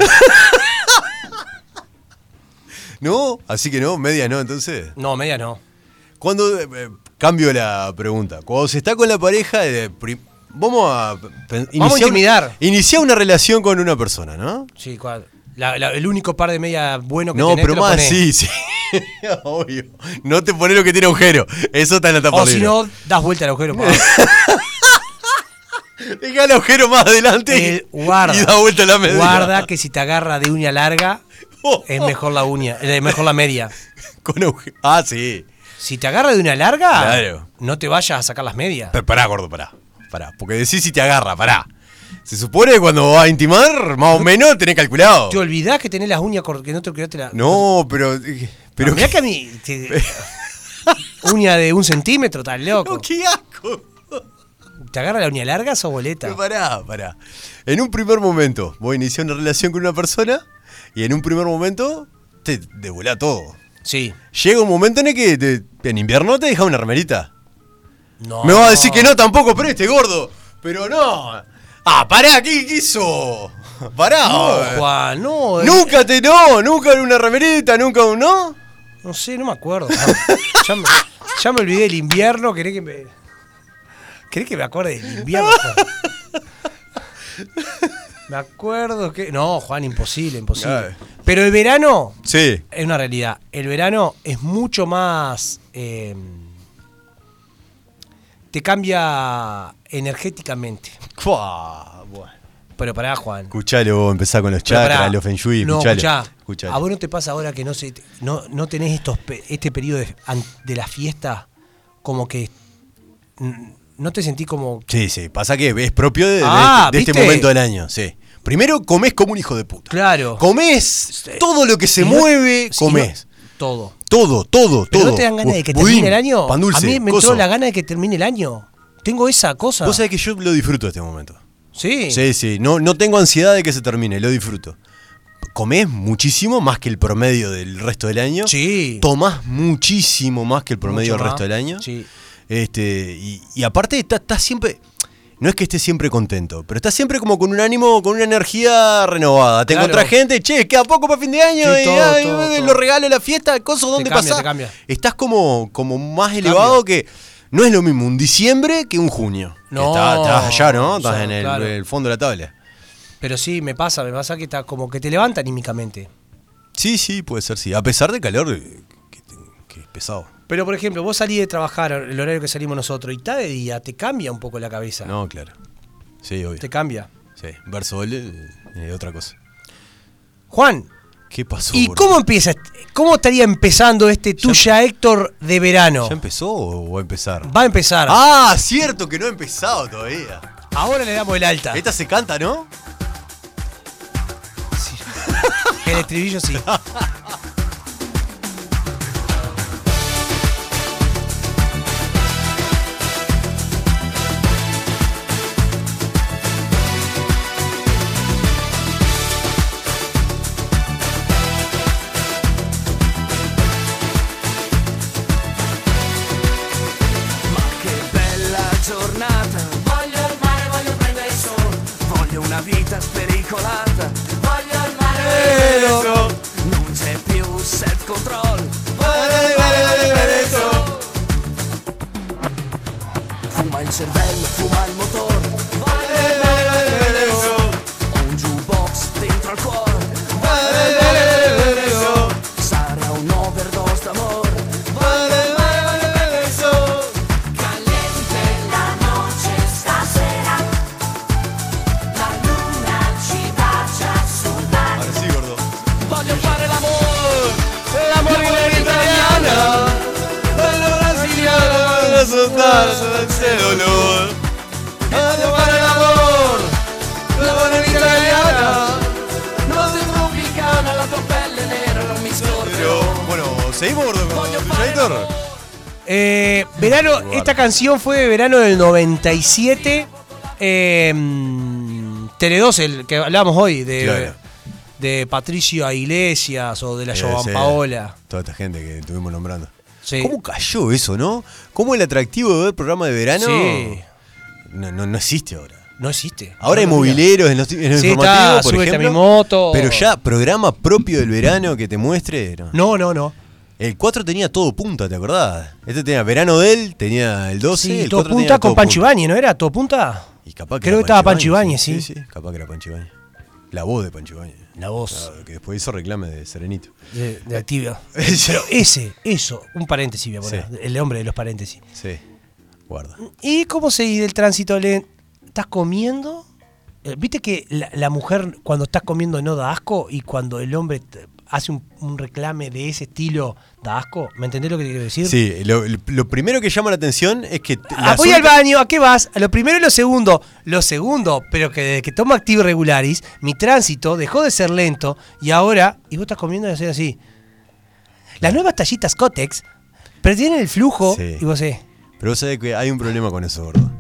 B: ¿No? Así que no, media no, entonces.
A: No, media no.
B: Cuando. eh, eh, cambio la pregunta. Cuando se está con la pareja, eh, pri- vamos a. pen-
A: Vamos a
B: iniciar-
A: intimidar.
B: Iniciar una relación con una persona, ¿no?
A: Sí, cuál. La- la- el único par de media bueno que
B: No,
A: tenés,
B: pero
A: te lo
B: más
A: ponés.
B: sí, sí. Obvio. No te pones lo que tiene agujero. Eso está en la tapa
A: O si
B: libre.
A: no, das vuelta al agujero. pa.
B: Deja el agujero más adelante y-
A: El- guarda.
B: y da vuelta la media.
A: Guarda que si te agarra de uña larga, es mejor la uña, eh, es mejor la media.
B: Con agujero. Ah, sí.
A: Si te agarra de una larga,
B: Claro.
A: no te vayas a sacar las medias.
B: Pero pará, gordo, pará. Pará. Porque decís si te agarra, pará. Se supone que cuando vas a intimar, más o menos, tenés calculado.
A: Te olvidás que tenés las uñas cor- que no te quedaste la.
B: No, pero. eh, Pero
A: Ah, Mirá que a mí. te- uña de un centímetro, estás loco.
B: No, qué asco.
A: Te agarra la uña larga, sos boleta.
B: Pero pará, pará. En un primer momento, vos iniciás una relación con una persona y en un primer momento te devolá todo.
A: Sí.
B: Llega un momento en el que te- en invierno te deja una remerita.
A: No.
B: Me vas a decir que no tampoco, pero este gordo. Pero no. Ah, pará, ¿qué, qué hizo? Pará.
A: No,
B: eh.
A: Juan, no. eh,
B: Nunca te, no, nunca una remerita, nunca un no.
A: No sé, no me acuerdo. Juan. Ya me, ya me olvidé del invierno. ¿Querés que me. ¿Querés que me acuerde del invierno? Juan? Me acuerdo que. No, Juan, imposible, imposible.
B: Ay.
A: Pero el verano
B: Sí.
A: es una realidad. El verano es mucho más. eh, te cambia energéticamente. Pero pará, Juan.
B: Escuchalo, vos, empezá con los
A: Pero
B: chakras,
A: pará.
B: los feng shui,
A: no,
B: escuchalo.
A: escuchá.
B: Escuchalo.
A: ¿A vos no te pasa ahora que no se, no, no tenés estos pe- este periodo de, an- de la fiesta como que mm, no te sentís como
B: Sí, sí, pasa que es propio de, de-
A: Ah,
B: de este
A: ¿viste?
B: momento del año, sí. Primero comés como un hijo de puta.
A: claro
B: Comés todo lo que se
A: Si no-
B: mueve,
A: si
B: comés.
A: no- todo.
B: Todo, todo,
A: ¿Pero
B: todo.
A: no te dan ganas de que
B: Budín,
A: termine el año?
B: Pan dulce,
A: a mí me
B: coso.
A: entró la gana de que termine el año. Tengo esa cosa.
B: Vos sabés que yo lo disfruto este momento.
A: Sí.
B: Sí, sí, no, no tengo ansiedad de que se termine, lo disfruto. Comés muchísimo más que el promedio del resto del año.
A: Sí.
B: Tomás muchísimo más que el promedio del
A: Mucho más.
B: resto del año.
A: Sí.
B: Este, y, y aparte está, está siempre. No es que esté siempre contento, pero está siempre como con un ánimo, con una energía renovada. Te
A: Claro.
B: encontrás gente, che, queda poco para fin de año,
A: Sí,
B: y,
A: todo,
B: ay,
A: todo,
B: eh,
A: todo.
B: los regalos, la fiesta, cosas, ¿dónde
A: cambia,
B: pasás?
A: te cambia.
B: Estás como, como más elevado que. No es lo mismo un diciembre que un junio. Que
A: No,
B: está- estás allá, ¿no? Estás
A: o sea,
B: en el,
A: claro.
B: el fondo de la tabla.
A: Pero sí, me pasa, me pasa que está como que te levanta anímicamente.
B: Sí, sí, puede ser, sí. A pesar del calor, eh, que, que es pesado.
A: Pero por ejemplo, vos salís de trabajar, el horario que salimos nosotros, y está de día, te cambia un poco la cabeza.
B: No, claro. Sí, obvio.
A: Te cambia.
B: Sí, verso él, eh, otra cosa.
A: Juan,
B: ¿Qué pasó?
A: ¿y
B: gordo?
A: cómo empieza? este- ¿Cómo estaría empezando este tuya Héctor de verano?
B: ¿Ya empezó o va a empezar?
A: Va a empezar.
B: Ah, cierto que no ha empezado todavía.
A: Ahora le damos el alta.
B: Esta se canta, ¿no?
A: El estribillo sí.
C: Ma che bella giornata Voglio il mare, voglio prendere il sole Voglio una vita spericolata Voglio il mare,
A: Eh,
C: voglio prendere il sole Non c'è più set control Voglio il mare, voglio prendere il sole Fuma il cervello, fuma il motore Voglio il mare, voglio prendere il sole Ho un jukebox dentro al cuore Voglio il mare, voglio prendere il sole Sarà un overdose d'amore Voglio il mare, voglio prendere il sole
D: Caliente la noche stasera, la luna ci bacia sul mare.
B: sí, gordo.
C: Voglio fare l'amore, l'amore in italiana, bello brasiliano,
B: Para soltarse de ese dolor.
C: voglio fare l'amore, l'amore in italiana, notte tropicana, la tua pelle nera non mi
B: Pero,
C: scorderò.
B: bueno, seguimos, gordo, con
C: Voglio
B: el
C: fare
B: Traitor.
C: l'amore.
A: Eh, verano, esta canción fue de verano del 97. Eh, em, Tele 2, el que hablábamos hoy, de,
B: Claro. Eh,
A: de Patricio a Iglesias o de la
B: Debe
A: Jovan
B: ser.
A: Paola.
B: Toda esta gente que estuvimos nombrando.
A: Sí.
B: ¿Cómo cayó eso, no? ¿Cómo el atractivo de ver programa de verano?
A: Sí.
B: No, no, no existe ahora.
A: No existe.
B: Ahora hay
A: No, no, mira.
B: mobileros en los, en los
A: Sí,
B: informativos,
A: está,
B: por
A: súbete a
B: ejemplo.
A: mi moto.
B: Pero ya, programa propio del verano que te muestre. no.
A: No, no, no.
B: El 4 tenía todo punta, ¿te acordás? Este tenía verano de él, tenía el 12.
A: Sí,
B: el
A: todo
B: 4 tenía
A: punta con
B: todo
A: Pancho
B: punta.
A: Ibañez, ¿no era? ¿Todo punta?
B: Y capaz que
A: Creo
B: era
A: que estaba Pancho Ibañez, sí.
B: Sí, sí, capaz que era Pancho Ibañez. La voz de Pancho Ibañez.
A: La voz
B: Claro, que después hizo reclame de Serenito.
A: de, de Activia.
B: Eso.
A: Pero ese, eso, un paréntesis voy a poner,
B: Sí.
A: el hombre de los paréntesis.
B: Sí, guarda.
A: ¿Y cómo seguís del tránsito lento? ¿Estás comiendo? Eh, ¿Viste que la, la mujer cuando estás comiendo no da asco y cuando el hombre te- hace un, un reclame de ese estilo da asco? ¿Me entendés lo que te quiero decir?
B: Sí, lo, lo primero que llama la atención es que. t-
A: Ah,
B: la
A: voy al
B: suelta-
A: baño, ¿a qué vas? A lo primero y lo segundo. Lo segundo, pero que desde que tomo Active Regularis, mi tránsito dejó de ser lento y ahora, y vos estás comiendo y haces así. Las nuevas tallitas Cotex prefieren el flujo
B: Sí.
A: y vos sé.
B: Pero vos sabés que hay un problema con eso, gordo.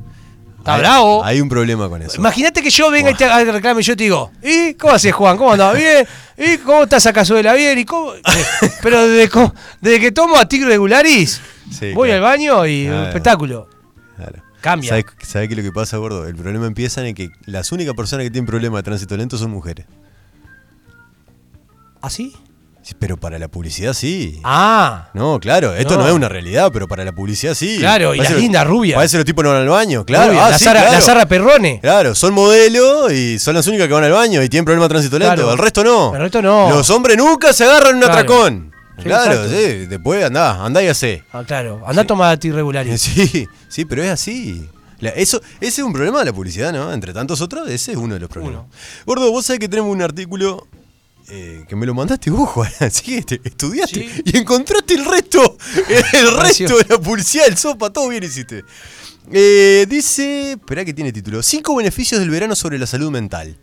A: Está
B: Hay-
A: bravo.
B: Hay un problema con eso.
A: Imagínate que yo venga y te haga el reclamo y yo te digo, ¿y cómo haces, Juan? ¿Cómo andás? ¿Bien? ¿Y cómo estás a Cazuela? ¿Bien? ¿Y cómo? Eh, Pero desde, co- desde que tomo Active Regularis,
B: Sí, claro. Ah,
A: voy
B: eh.
A: al baño y
B: Claro.
A: espectáculo.
B: Claro.
A: Cambia.
B: ¿Sabés, sabés qué es lo que pasa, gordo? El problema empieza en que las únicas personas que tienen problema de tránsito lento son mujeres.
A: ¿Así?
B: Sí, Pero para la publicidad sí.
A: Ah.
B: No, claro, esto no.
A: No.
B: es una realidad, pero para la publicidad sí.
A: Claro, y
B: Parece
A: las
B: lo-
A: lindas rubias.
B: Parece los tipos no van al baño, claro.
A: Obvio,
B: Ah,
A: la,
B: sí,
A: Sara,
B: claro.
A: la Sara Perrone.
B: Claro, son modelos y son las únicas que van al baño y tienen problema de tránsito lento.
A: Claro.
B: El resto no.
A: El resto no.
B: Los hombres nunca se agarran un
A: Claro.
B: atracón.
A: Sí,
B: claro,
A: exacto.
B: sí, después andá, andá y hacé.
A: Ah, claro. Anda a tomar ti regulares.
B: Sí, sí, pero es así. La- eso, ese es un problema de la publicidad, ¿no? Entre tantos otros, ese es uno de los problemas.
A: Uno.
B: Gordo, vos sabés que tenemos un artículo eh, que me lo mandaste vos, Juan. Así que este, estudiaste
A: Sí.
B: y encontraste el resto. El
A: Apareció.
B: resto de la publicidad del sopa, todo bien hiciste. Eh, dice, esperá que tiene título, Cinco beneficios del verano sobre la salud mental.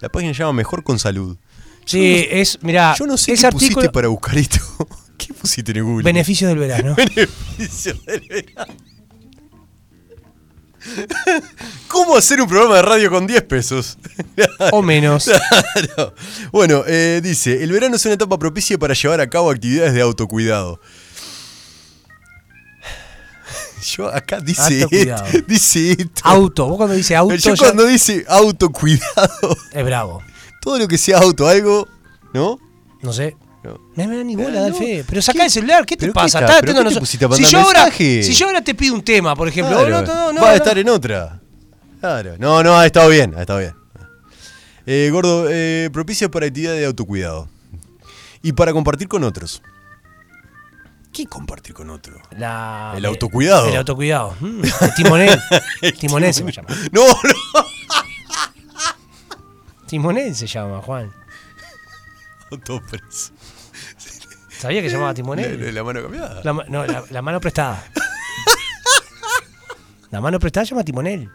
B: La página se llama Mejor con Salud.
A: Sí, es, mirá,
B: Yo no sé
A: Ah, ese
B: qué pusiste
A: artículo,
B: para buscar esto. ¿Qué pusiste en Google?
A: beneficios del verano.
B: Beneficio del verano. ¿Cómo hacer un programa de radio con 10 pesos?
A: o menos.
B: Claro. Bueno, eh, dice, el verano es una etapa propicia para llevar a cabo actividades de autocuidado. Yo acá dice,
A: Autocuidado.
B: esto, dice esto.
A: Auto, vos cuando dices auto,
B: Yo
A: ya-
B: cuando dice autocuidado,
A: es bravo.
B: todo lo que sea auto algo, ¿no?
A: No sé.
B: No.
A: No me da ni bola,
B: Ah,
A: da
B: no.
A: fe. Pero sacá
B: ¿Qué?
A: el celular, ¿qué te
B: ¿Pero qué
A: pasa?
B: está-
A: Estás
B: pero
A: atento a
B: qué te
A: nosotros.
B: pusiste a
A: si,
B: mandar
A: yo ahora,
B: mensaje?
A: si yo ahora te pido un tema, por ejemplo,
B: Claro,
A: no, no, no,
B: va a
A: no.
B: estar en otra. Claro. No, no, ha estado bien, ha estado bien. Eh, gordo, eh, propicia para actividades de autocuidado. Y para compartir con otros. ¿Qué compartir con otro?
A: La-
B: El autocuidado.
A: El autocuidado. Mm, el timonel. timonel se llama.
B: No, no.
A: Timonel se llama, Juan.
B: Autopres.
A: ¿Sabía que se llamaba
B: La,
A: timonel?
B: la- la mano cambiada.
A: La ma- no, la, la mano prestada. La mano prestada se llama timonel.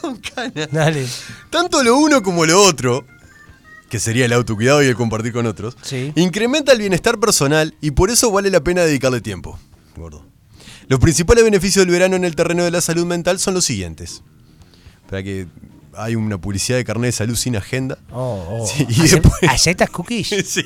B: Toncana.
A: Dale.
B: Tanto lo uno como lo otro, que sería el autocuidado y el compartir con otros,
A: Sí.
B: incrementa el bienestar personal y por eso vale la pena dedicarle tiempo. Gordo. Los principales beneficios del verano en el terreno de la salud mental son los siguientes. Para que hay una publicidad de carnet de salud sin agenda.
A: Oh, oh.
B: Sí, y
A: Ace-
B: después-
A: ¿Aceitas cookies?
B: Sí.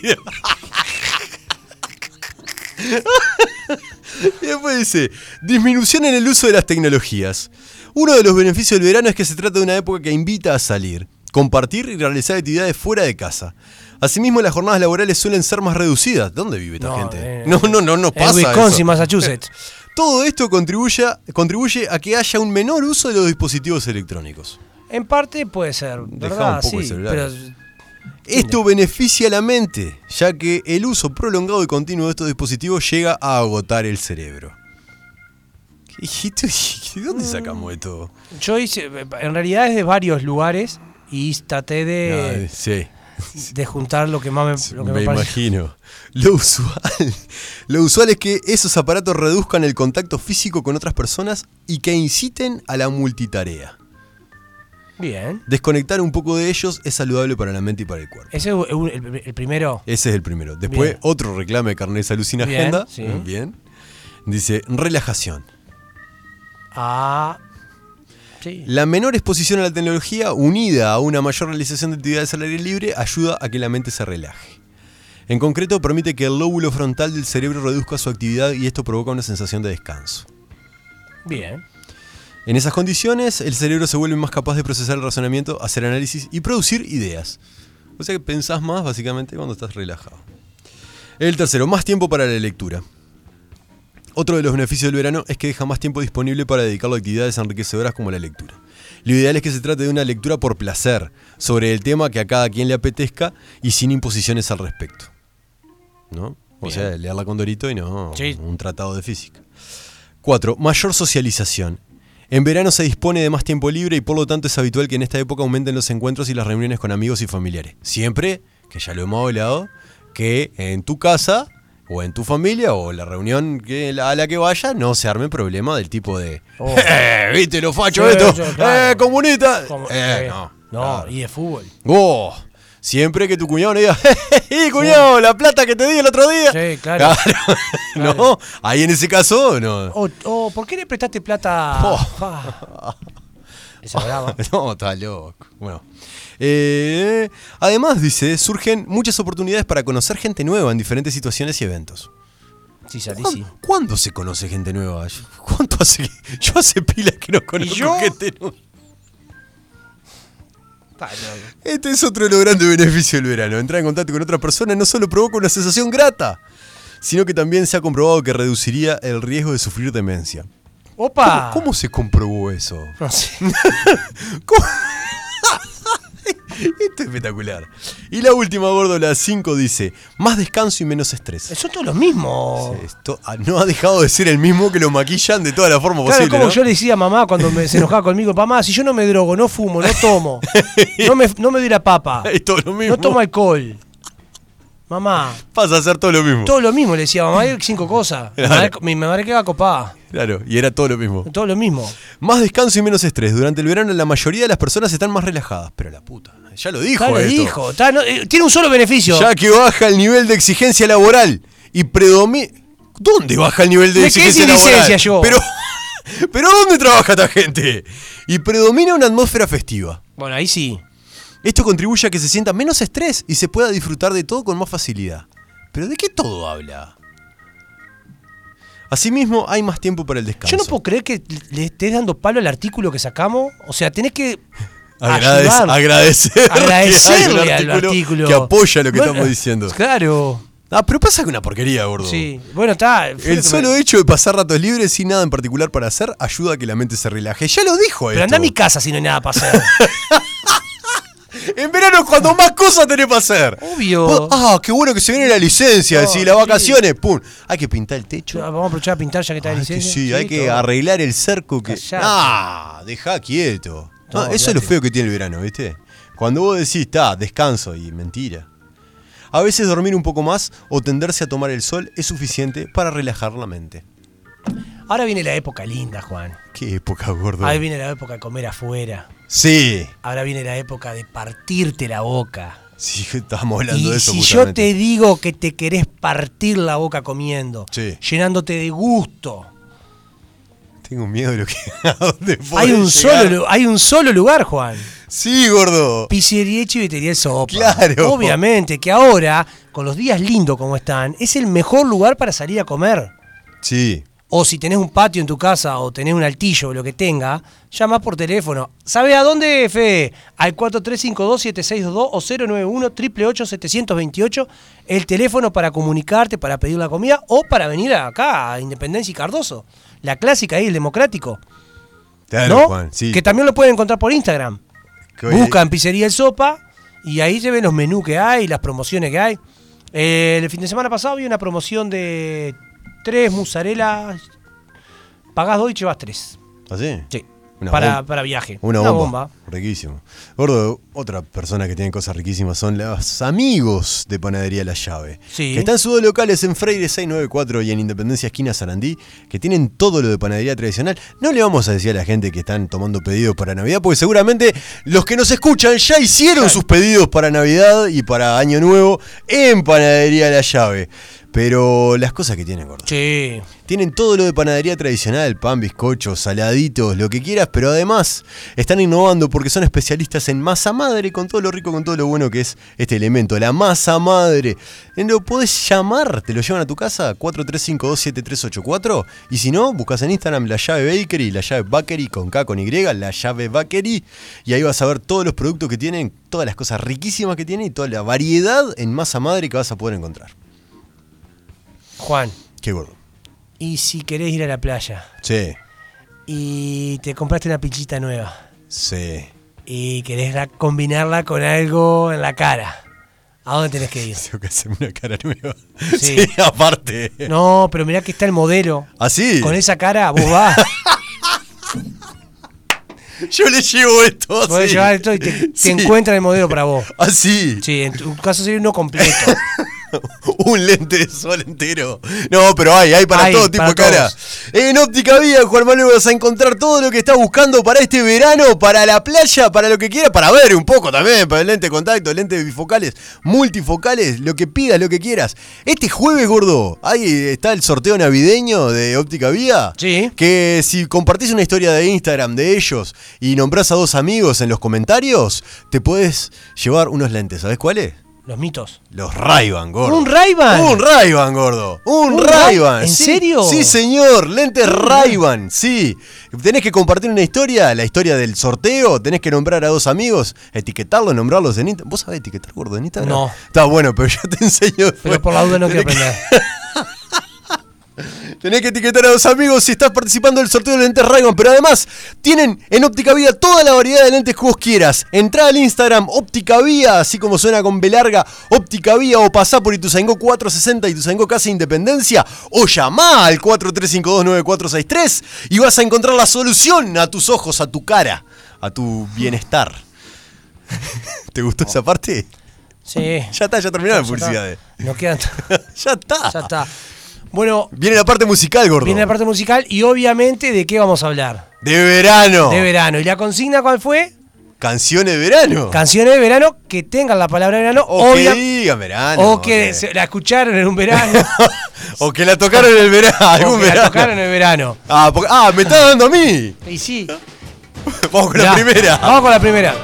B: Y después dice, disminución en el uso de las tecnologías. Uno de los beneficios del verano es que se trata de una época que invita a salir, compartir y realizar actividades fuera de casa. Asimismo, las jornadas laborales suelen ser más reducidas. ¿Dónde vive esta gente?
A: eh,
B: no, no, no, no pasa.
A: En Wisconsin,
B: eso.
A: Massachusetts.
B: Todo esto contribuye, contribuye a que haya un menor uso de los dispositivos electrónicos.
A: En parte puede ser,
B: Dejá
A: ¿verdad?
B: un poco el
A: sí,
B: celular.
A: pero
B: Esto beneficia a la mente, ya que el uso prolongado y continuo de estos dispositivos llega a agotar el cerebro. ¿Qué- esto- ¿De dónde sacamos esto?
A: yo hice, en realidad es de varios lugares y traté de,
B: Ah, sí,
A: de juntar lo que más me, Eh, lo que me
B: me
A: parece.
B: imagino. Lo usual, lo usual es que esos aparatos reduzcan el contacto físico con otras personas y que inciten a la multitarea.
A: Bien.
B: Desconectar un poco de ellos es saludable para la mente y para el cuerpo.
A: Ese es un- el, el primero.
B: Ese es el primero. Después,
A: Bien.
B: otro reclame de carnet de salud sin
A: Bien,
B: agenda.
A: sí.
B: Bien. Dice, relajación.
A: Ah. Sí.
B: La menor exposición a la tecnología, unida a una mayor realización de actividades al aire libre, ayuda a que la mente se relaje. En concreto, permite que el lóbulo frontal del cerebro reduzca su actividad y esto provoca una sensación de descanso.
A: Bien.
B: En esas condiciones, el cerebro se vuelve más capaz de procesar el razonamiento, hacer análisis y producir ideas. O sea que pensás más básicamente cuando estás relajado. El tercero, más tiempo para la lectura. Otro de los beneficios del verano es que deja más tiempo disponible para dedicarlo a actividades enriquecedoras como la lectura. Lo ideal es que se trate de una lectura por placer, sobre el tema que a cada quien le apetezca y sin imposiciones al respecto. ¿No? O sea, leerla con Dorito y no
A: Sí.
B: un tratado de física. 4. Mayor socialización. En verano se dispone de más tiempo libre y por lo tanto es habitual que en esta época aumenten los encuentros y las reuniones con amigos y familiares. Siempre, que ya lo hemos hablado, que en tu casa o en tu familia o la reunión que- la- a la que vaya no se arme problema del tipo de...
A: Oh.
B: "Eh, ¿Viste lo facho
A: Sí,
B: esto?
A: yo, claro.
B: ¡Eh, comunista!
A: Como-
B: Eh,
A: eh,
B: no.
A: no,
B: claro.
A: y de fútbol.
B: Oh, siempre que tu cuñado no diga, ¡eh, cuñado, la plata que te di el otro día!
A: Sí, claro.
B: no, ahí en ese caso, no.
A: O, o, ¿por qué le prestaste plata?
B: Oh.
A: Ah. Esa brava.
B: No, está loco. Bueno. Eh, además, dice, surgen muchas oportunidades para conocer gente nueva en diferentes situaciones y eventos.
A: Sí, salí,
B: ¿Cuán-
A: sí.
B: ¿Cuándo, se conoce gente nueva? Yo- ¿Cuánto hace que- Yo hace pilas que no conozco
A: yo?
B: gente nueva.
A: Está loco.
B: Este es otro de los grandes beneficios del verano. Entrar en contacto con otra persona no solo provoca una sensación grata, sino que también se ha comprobado que reduciría el riesgo de sufrir demencia.
A: Opa.
B: ¿Cómo se comprobó eso?
A: No sé.
B: ¿Cómo? Esto es espectacular. Y la última, gordo, la 5 dice: más descanso y menos estrés.
A: Son todos los mismos.
B: Esto ah, no ha dejado de ser el mismo que lo maquillan de toda la forma
A: Claro,
B: posible.
A: como
B: ¿no?
A: yo le decía a mamá cuando me, se enojaba conmigo, mamá, si yo no me drogo, no fumo, no tomo, no me, no me doy la papa,
B: Es todo lo mismo.
A: no tomo alcohol. Mamá,
B: Pasa a ser todo lo mismo.
A: todo lo mismo, le decía mamá, hay cinco cosas. Mi madre- Mi madre queda copada,
B: Claro, y era todo lo mismo.
A: todo lo mismo.
B: Más descanso y menos estrés. Durante el verano, la mayoría de las personas están más relajadas. Pero la puta, ya lo dijo.
A: Está, lo
B: esto.
A: dijo, está, no, eh, tiene un solo beneficio.
B: Ya que baja el nivel de exigencia laboral y predomina. ¿Dónde baja el nivel de
A: Me quedé
B: exigencia
A: sin
B: laboral?
A: licencia yo.
B: Pero, pero ¿dónde trabaja esta gente? Y predomina una atmósfera festiva.
A: Bueno, ahí sí.
B: Esto contribuye a que se sienta menos estrés y se pueda disfrutar de todo con más facilidad. ¿Pero de qué todo habla? Asimismo, hay más tiempo para el descanso.
A: Yo no puedo creer que le estés dando palo al artículo que sacamos. O sea, tenés que
B: Agradec-
A: ayudar,
B: agradecer.
A: agradecerle
B: que hay
A: al
B: un
A: artículo.
B: Que apoya lo que
A: Bueno,
B: estamos diciendo.
A: Claro.
B: Ah, pero pasa que una porquería, gordo.
A: Sí. Bueno, está.
B: El solo hecho de pasar ratos libres sin nada en particular para hacer ayuda a que la mente se relaje. Ya lo dijo
A: Pero
B: esto.
A: anda a mi casa si no hay nada para hacer.
B: En verano es cuando más cosas tenés para hacer.
A: Obvio.
B: Vos, Ah, qué bueno que se viene la licencia,
A: No,
B: decís, las
A: sí.
B: vacaciones, pum. Hay que pintar el techo.
A: Vamos a aprovechar a pintar ya que está
B: Hay
A: en
B: que-
A: licencia.
B: sí, hay que
A: todo.
B: arreglar el cerco que.
A: Callate.
B: Ah, deja quieto.
A: No,
B: Ah, eso es lo
A: olvídate.
B: feo que tiene el verano, ¿viste? Cuando vos decís, está, descanso y mentira. A veces dormir un poco más o tenderse a tomar el sol es suficiente para relajar la mente.
A: Ahora viene la época linda, Juan.
B: Qué época, gordo.
A: Ahora viene la época de comer afuera.
B: Sí,
A: Ahora viene la época de partirte la boca.
B: sí, estábamos hablando
A: Y
B: de eso.
A: si yo
B: justamente.
A: te digo que te querés partir la boca comiendo,
B: Sí.
A: llenándote de gusto,
B: Tengo miedo de lo que. a dónde
A: hay
B: podés
A: un,
B: llegar.
A: solo, lu- hay un solo lugar, Juan.
B: Sí, gordo.
A: Pizzería y Chivetería El Sopa.
B: Claro.
A: Obviamente que ahora, con los días lindos como están, es el mejor lugar para salir a comer.
B: Sí.
A: O si tenés un patio en tu casa o tenés un altillo o lo que tenga, llamás por teléfono. ¿Sabés a dónde, Fe? Al 4352-7622 o 091-888-728. El teléfono para comunicarte, para pedir la comida o para venir acá a Independencia y Cardoso. La clásica ahí, el democrático.
B: Claro,
A: ¿no?
B: Juan, sí.
A: Que también lo pueden encontrar por Instagram.
B: Que-
A: Buscan Pizzería El Sopa y ahí se ven los menús que hay, las promociones que hay. Eh, el fin de semana pasado vi una promoción de tres musarelas. Pagás dos y llevas tres.
B: ¿Así?
A: Sí.
B: Una
A: Para,
B: bomba.
A: para viaje.
B: Una bomba. Riquísimo. Gordo, otra persona que tiene cosas riquísimas son los amigos de Panadería La Llave.
A: Sí.
B: Que están en sus dos locales en Freire 694 y en Independencia Esquina Sarandí, que tienen todo lo de panadería tradicional. No le vamos a decir a la gente que están tomando pedidos para Navidad, porque seguramente los que nos escuchan ya hicieron sus pedidos para Navidad y para Año Nuevo en Panadería La Llave. Pero las cosas que tienen, gordo.
A: Sí.
B: Tienen todo lo de panadería tradicional, pan, bizcochos, saladitos, lo que quieras, pero además están innovando porque son especialistas en masa madre, con todo lo rico, con todo lo bueno que es este elemento, la masa madre. Eh, Lo podés llamar, te lo llevan a tu casa, 43527384, y si no, buscas en Instagram la llave bakery, la llave bakery con K, con Y, la llave bakery, y ahí vas a ver todos los productos que tienen, todas las cosas riquísimas que tienen y toda la variedad en masa madre que vas a poder encontrar.
A: Juan,
B: Qué gordo.
A: y si querés ir a la playa
B: Sí,
A: y te compraste una pichita nueva
B: sí.
A: y querés la- combinarla con algo en la cara, ¿a dónde tenés que ir?
B: Tengo que hacerme una cara nueva. Sí,
A: Sí.
B: aparte.
A: No, pero mirá que está el modelo.
B: Así.
A: Con esa cara vos vas.
B: Yo le llevo esto así.
A: Podés llevar esto y te, te
B: Sí.
A: encuentran el modelo para vos.
B: Así.
A: Sí, en tu caso sería uno completo.
B: Un lente de sol entero. No, pero hay, hay para
A: Hay,
B: todo tipo
A: para
B: de cara.
A: todos.
B: En Óptica Vía, Juan Manuel, vas a encontrar todo lo que estás buscando para este verano, para la playa, para lo que quieras, para ver un poco también, para el lente de contacto, lente bifocales, multifocales, lo que pidas, lo que quieras. Este jueves, gordo, ahí está el sorteo navideño de Óptica Vía.
A: Sí.
B: Que si compartís una historia de Instagram de ellos y nombrás a dos amigos en los comentarios, te puedes llevar unos lentes. ¿Sabés cuáles?
A: Los mitos.
B: Los Ray-Ban, gordo.
A: ¿Un Ray-Ban?
B: Un Ray-Ban, gordo. Un,
A: ¿Un
B: Ray-Ban.
A: Ray- en
B: Sí,
A: serio?
B: Sí, señor. Lentes Ray-Ban, sí. Tenés que compartir una historia, la historia del sorteo. Tenés que nombrar a dos amigos, etiquetarlos, nombrarlos en Instagram. ¿Vos sabés etiquetar, gordo, en Instagram?
A: No.
B: Está bueno, pero yo te enseño. después.
A: Pero por la duda no quiero
B: Tenés que-
A: aprender.
B: Tenés que etiquetar a dos amigos si estás participando del sorteo de lentes Rayban, pero además tienen en Óptica Vía toda la variedad de lentes que vos quieras. Entrá al Instagram Óptica Vía, así como suena con B larga, Óptica Vía o pasá por Ituzaingó 460 Ituzaingó Casa Independencia o llamá al 43529463 y vas a encontrar la solución a tus ojos, a tu cara, a tu bienestar. ¿Te gustó esa parte?
A: Sí.
B: Ya está, ya terminaron las
A: Ya está.
B: publicidades.
A: Nos quedan.
B: Ya está.
A: Ya está. Bueno,
B: Viene la parte musical, gordo.
A: viene la parte musical y obviamente de qué vamos a hablar.
B: De verano.
A: De verano. ¿Y la consigna cuál fue?
B: Canciones de verano.
A: Canciones de verano que tengan la palabra verano.
B: o que
A: obvia-
B: digan verano.
A: o que se- la escucharon en un verano.
B: o que la tocaron en el verano.
A: o
B: Algún
A: que la
B: verano.
A: tocaron en el verano.
B: Ah, porque- ah, me está dando a mí.
A: Y sí.
B: Vamos con la
A: Ya,
B: primera.
A: Vamos con la primera.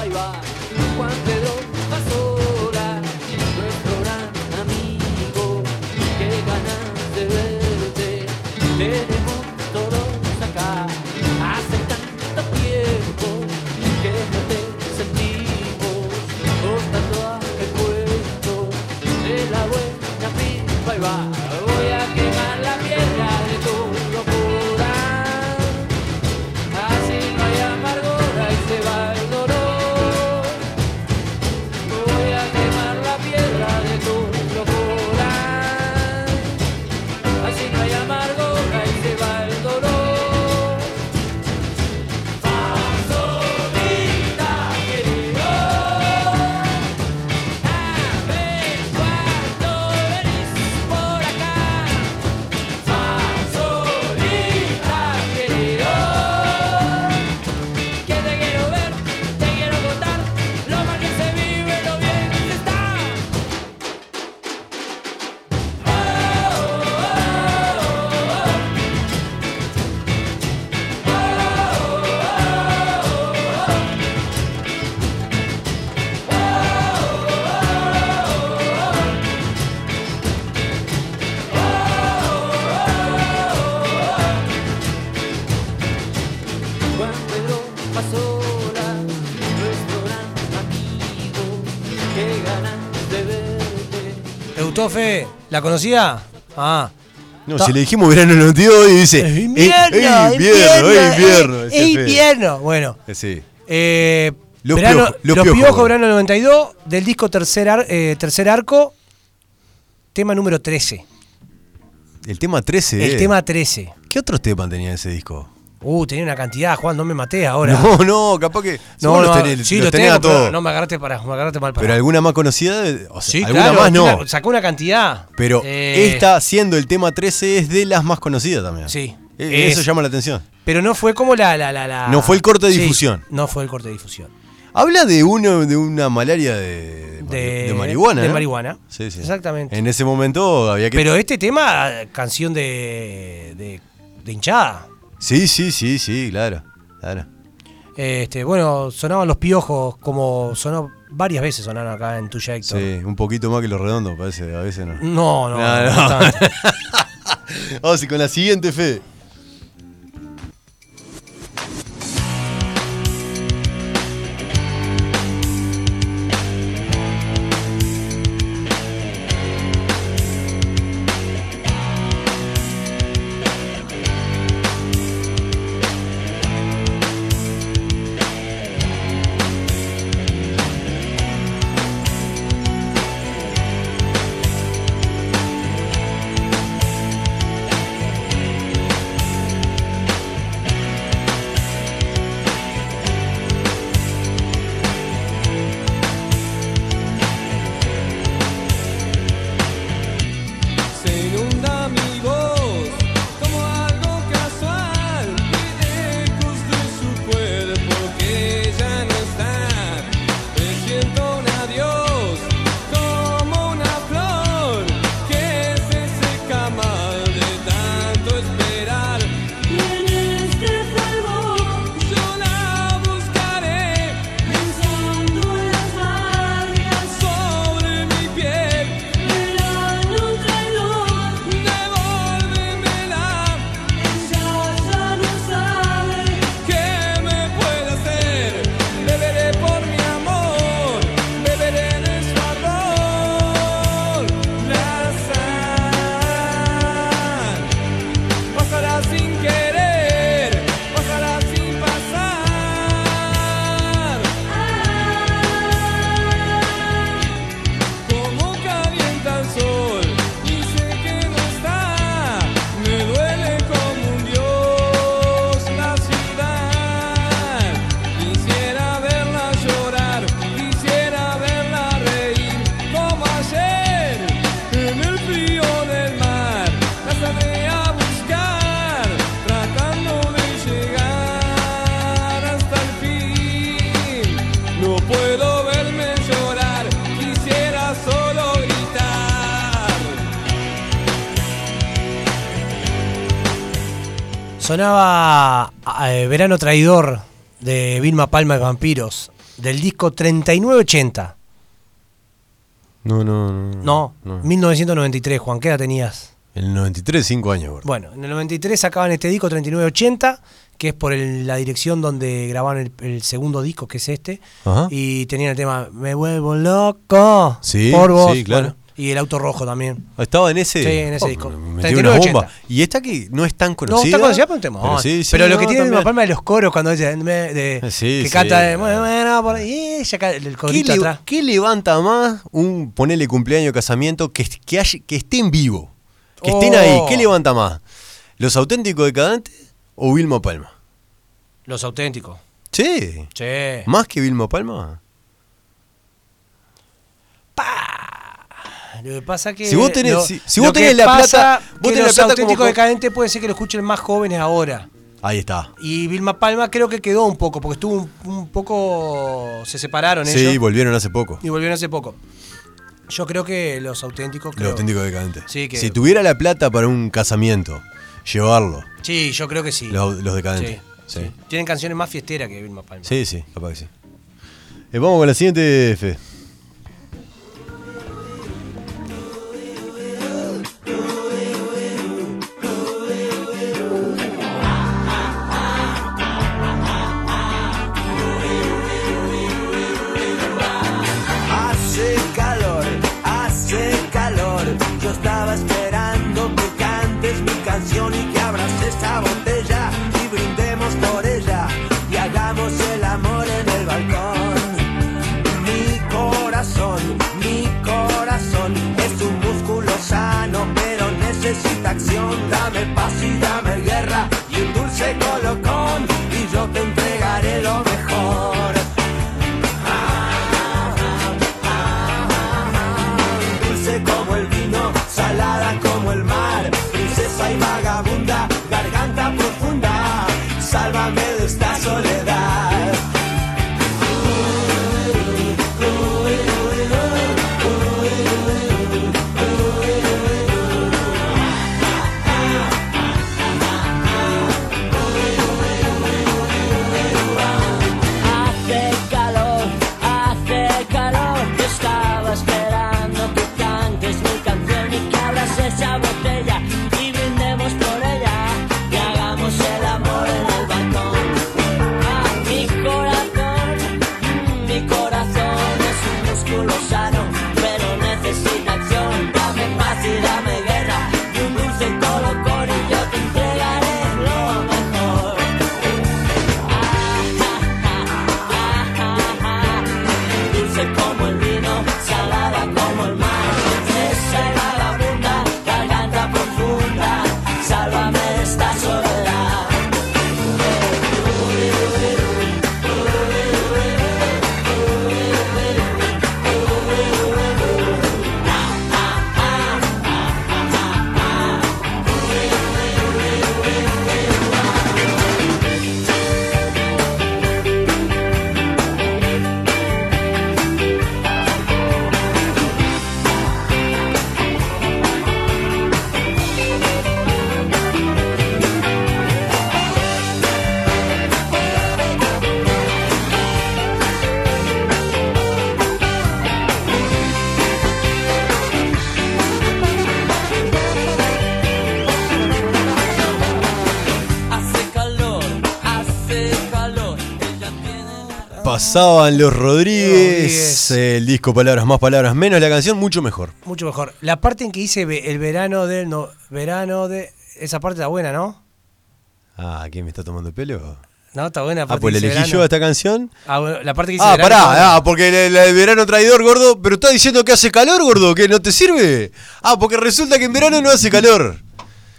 E: ahí va. Cuando dos pasora, nuestro gran amigo, qué ganas de verte. Tenemos todos acá, hace tanto tiempo que no te sentimos. Contando a recuerdo de la buena pipa y va. Voy a quemar la piedra de tu locura. Así no hay amargura y se va el dolor. Voy a quemar la piedra de tu locura. Así no hay amargura y se va el dolor. Pasolita, querido. A ver cuándo venís por acá. Solita, querido, que te quiero ver, te quiero contar lo mal que se vive, lo bien que se está. Juan Pedro Pasola, nuestro gran amigo, qué ganas de verte.
A: ¿Te gustó, Fe? ¿La conocía? Ah.
B: No,
A: Ta-
B: si le dijimos verano en el 92 y dice.
A: Es
B: "Eh,
A: invierno,
B: eh, invierno, eh, invierno.
A: es-
B: ese
A: es
B: feo.
A: invierno. Bueno,
B: Eh, Sí.
A: eh,
B: Los
A: verano-
B: Piojos, Los
A: Los
B: Piojos,
A: Piojos,
B: bueno.
A: verano del 92, del disco Tercer, Ar- eh, Tercer Arco, tema número 13.
B: El tema 13.
A: El
B: eh.
A: tema 13.
B: ¿Qué otros temas tenía ese disco?
A: Uh, tenía una cantidad, Juan, no me maté ahora.
B: No, no, capaz que. vos los tenés,
A: sí,
B: los
A: lo
B: tenés
A: tengo,
B: a todos.
A: pero no me agarraste, para, me agarraste mal para.
B: Pero alguna más conocida, o sea,
A: sí,
B: alguna
A: claro,
B: más no.
A: una- sacó una cantidad.
B: Pero
A: Eh,
B: esta, siendo el tema 13, es de las más conocidas también.
A: Sí.
B: Eh,
A: Es-
B: Eso llama la atención.
A: Pero no fue como la. la, la, la-
B: No fue el corte de difusión.
A: No fue el corte de difusión.
B: Habla de uno de una malaria de,
A: De-
B: de marihuana.
A: de
B: ¿no?
A: marihuana.
B: Sí, sí.
A: Exactamente.
B: En ese momento había que.
A: Pero este tema, canción de, de, de hinchada.
B: Sí, sí, sí, sí, claro. claro.
A: Este, bueno, sonaban los piojos como sonó varias veces sonaron acá en tuya Héctor.
B: Sí, un poquito más que los redondos, parece, a veces no.
A: No,
B: No,
A: no, no
B: no.
A: tanto.
B: Vamos y con la siguiente fe.
E: Se inunda mi voz como algo casual y lejos de su cuerpo que ya no está. Me siento un adiós como una flor que se seca mal de tanto esperar. Y en este fuego yo la buscaré pensando en las marcas sobre mi piel. Verano traidor, devuélvemela. Ella ya no sabe qué me puede hacer. Beberé por mi amor, beberé de su amor. La sal pasará sin querer, pasará sin pasar. Como calienta el sol y sé que no está, me duele como un dios la ciudad. Quisiera verla llorar, quisiera verla reír, como ayer en el frío del mar. La saldré a buscar, tratando de llegar hasta el fin. No puedo verme llorar, quisiera solo gritar.
A: ah, Sonaba eh, Verano Traidor de Vilma Palma y Vampiros. del disco 3980.
B: No, no, Mm, no.
A: No, 1993, Juan, ¿qué edad tenías?
B: El 93, 5 años, gordo.
A: Bueno, en el 93 sacaban este disco 3980, que es por el- la dirección donde grabaron el, el segundo disco, que es este.
B: Ajá.
A: Y tenían el tema Me vuelvo loco
B: Sí,
A: por vos.
B: sí, claro.
A: Bueno, y el auto rojo también.
B: Estaba en ese.
A: Sí, en ese
B: Oh,
A: disco.
B: me metió una
A: 39.80.
B: bomba. Y esta que no es tan conocida.
A: No, está conocida por un tema. Ah, Pero,
B: Pero, sí, sí,
A: lo
B: no,
A: que tiene
B: también.
A: la palma de los coros cuando ella me- de-
B: Eh, sí,
A: que
B: sí,
A: canta eh,
B: claro.
A: bueno, bueno, por ahí, y ella ca- el
B: ¿Qué,
A: corito
B: le-
A: atrás.
B: qué levanta más un ponerle cumpleaños, casamiento, que, est- que, haya- que estén vivo? Que estén
A: Oh.
B: ahí. ¿Qué levanta más? ¿Los auténticos decadentes o Vilma Palma?
A: Los auténticos.
B: Sí.
A: Che.
B: ¿Más que Vilma Palma?
A: Lo que pasa que
B: Si vos tenés-
A: lo-
B: si- si
A: lo
B: vos
A: que
B: tenés la
A: pasa
B: plata- vos
A: que
B: tenés la
A: los
B: plata como
A: auténticos
B: co-
A: decadentes puede ser que lo escuchen más jóvenes ahora.
B: Ahí está.
A: Y Vilma Palma creo que quedó un poco, porque estuvo un, un poco. Se separaron
B: Sí,
A: ellos
B: volvieron hace poco.
A: y volvieron hace poco. Yo creo que los auténticos.
B: Los
A: creo-
B: auténticos decadentes.
A: Sí, que-
B: Si tuviera la plata para un casamiento, llevarlo,
A: Sí, yo creo que sí.
B: los, los
A: sí,
B: decadentes.
A: sí.
B: sí.
A: Tienen canciones más fiesteras que Vilma Palma.
B: Sí, sí, capaz que sí. Eh, vamos con la siguiente, Fe.
C: Hace calor, hace calor. Yo estaba esperando que cantes mi canción y que abras esta botella y brindemos por ella y hagamos el amor en el balcón. Mi corazón, mi corazón es un músculo sano, pero necesita acción. Dame paz y dame guerra y un dulce colocón y yo te entregaré lo mejor. dulce como el vino, salada como el mar, princesa y vagabunda, garganta profunda, sálvame de esta soledad.
E: Hace calor, hace calor. Yo estaba esperando que cantes mi canción y que abras esa botella y brindemos por ella y hagamos el amor en el balcón. Ah, mi corazón, mm, mi corazón es un músculo sano, pero necesita acción. Dame paz y dame guerra y un dulce colocón y yo te entregaré lo mejor. dulce como el vino, salada como el mar, princesa y vagabunda, garganta profunda, sálvame de esta soledad. Hace calor, hace calor, ella tiene la
B: Pasaban los Rodríguez,
A: Ah. Rodríguez.
B: el disco Palabras Más, Palabras Menos, la canción mucho mejor.
A: Mucho mejor. La parte en que hice ve- el verano del. No, verano de. Esa parte está buena, ¿no?
B: Ah, ¿quién me está tomando el pelo?
A: No, está buena. la
B: Ah,
A: parte
B: pues
A: que
B: le
A: hice
B: elegí yo a
A: verano.
B: esta canción.
A: Ah, bueno, la parte que hice
B: Ah,
A: verano está buena.
B: pará, ah, porque el, el verano traidor, gordo, pero está diciendo que hace calor, gordo, que no te sirve. Ah, porque resulta que en verano no hace calor.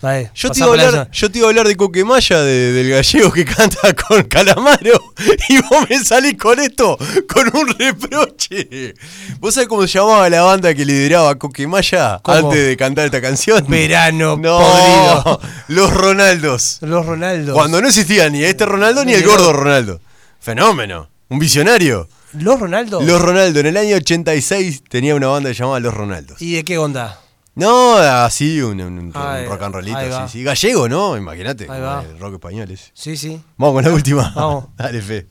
A: Dale,
B: ah. Yo te,
A: pasá
B: iba a
A: por la
B: hablar,
A: zona.
B: yo te iba a hablar de Coquemaya, de- del gallego que canta con Calamaro, y vos me salís con esto, con un reproche. ¿Vos sabés cómo se llamaba la banda que lideraba Coquemaya
A: ¿Cómo?
B: antes de cantar esta canción?
A: Verano
B: no,
A: podrido.
B: Los Ronaldos.
A: Los Ronaldos.
B: Cuando no existía ni este Ronaldo ni
A: Ni
B: el
A: el
B: gordo
A: otro.
B: Ronaldo. Fenómeno. Un visionario.
A: Los Ronaldos.
B: Los Ronaldo, en el año 86 tenía una banda llamada Los Ronaldos.
A: ¿Y de qué onda?
B: No, así, un, un- un
A: Ahí-
B: rock and rollito,
A: ahí
B: sí,
A: va.
B: sí. Gallego, ¿no? Imagínate, como
A: Ahí va.
B: el rock español ese.
A: Sí, sí.
B: Vamos con la última.
A: Vamos.
B: Dale, Fe.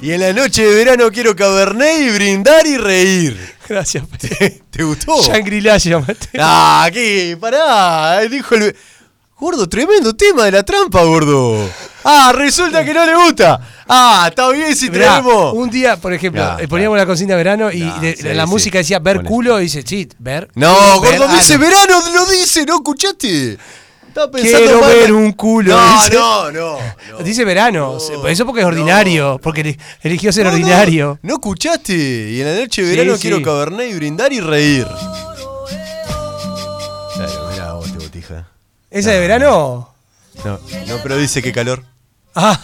B: Y en la noche de verano quiero cabernet y brindar y reír.
A: Gracias.
B: ¿Te gustó?
A: Shangri-La se llama. este.
B: Ah, aquí, pará. eh, Dijo el. Gordo, tremendo tema de la trampa, gordo. Ah, resulta que no le gusta. Ah, está bien si
A: Mirá,
B: traemos.
A: un día, por ejemplo,
B: Nah,
A: eh, poníamos la consigna de verano y
B: Nah,
A: de-
B: sí,
A: la
B: sí.
A: música decía ver
B: Bueno.
A: culo y dice, sí, ver.
B: No,
A: culo, ver
B: gordo, dice
A: ano".
B: verano, lo dice, ¿no escuchaste? Está pensando
A: Quiero
B: mal.
A: ver un culo,
B: No,
A: dice.
B: no, no, no.
A: Dice verano. se- por Eso porque es
B: no.
A: ordinario. Porque ele- eligió ser
B: No, no,
A: ordinario.
B: No, escuchaste. Y en la noche de
A: Sí,
B: verano
A: sí.
B: quiero cabernet y brindar y reír. Claro, mirá vos, te botija.
A: ¿Esa de verano?
B: No, no, pero dice que calor.
A: Ah.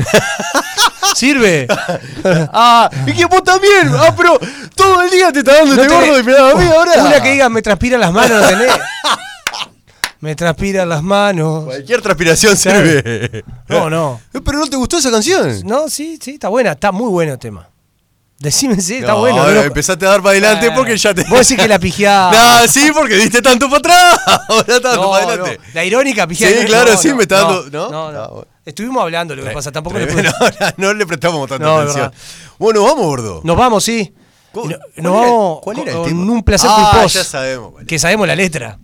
A: Sirve.
B: Ah, y que vos también. Ah, pero todo el día te está dando este
A: tenés-
B: gordo y me da a mí ahora.
A: Una que diga, me transpiran las manos, ¿no tenés? me transpiran las manos.
B: Cualquier transpiración sirve.
A: No, no.
B: Eh, Pero no te gustó esa canción.
A: No, sí, sí, está buena. Está muy bueno el tema. Decime, sí, está
B: No,
A: bueno.
B: ahora
A: no lo-
B: empezaste a dar para adelante porque ya te.
A: Vos decís que la pijeada.
B: No, sí, porque diste tanto para atrás. Ahora tanto
A: No,
B: para adelante.
A: no, La irónica pijeada.
B: Sí,
A: no,
B: claro,
A: no,
B: sí,
A: no,
B: me está
A: no,
B: dando- ¿no?
A: No, no.
B: Ah, bueno.
A: Estuvimos hablando lo que pasa. Tampoco le
B: Tremendo.
A: pude-
B: no, no, no le prestamos tanta
A: No, es
B: atención.
A: verdad.
B: Bueno, vamos, gordo.
A: Nos vamos, sí.
B: ¿Cuál-
A: No-
B: cuál
A: Nos
B: era-
A: vamos
B: cuál era el
A: con
B: tema?
A: un placer
B: Ah,
A: culposo.
B: ya sabemos cuál es.
A: Que sabemos la letra.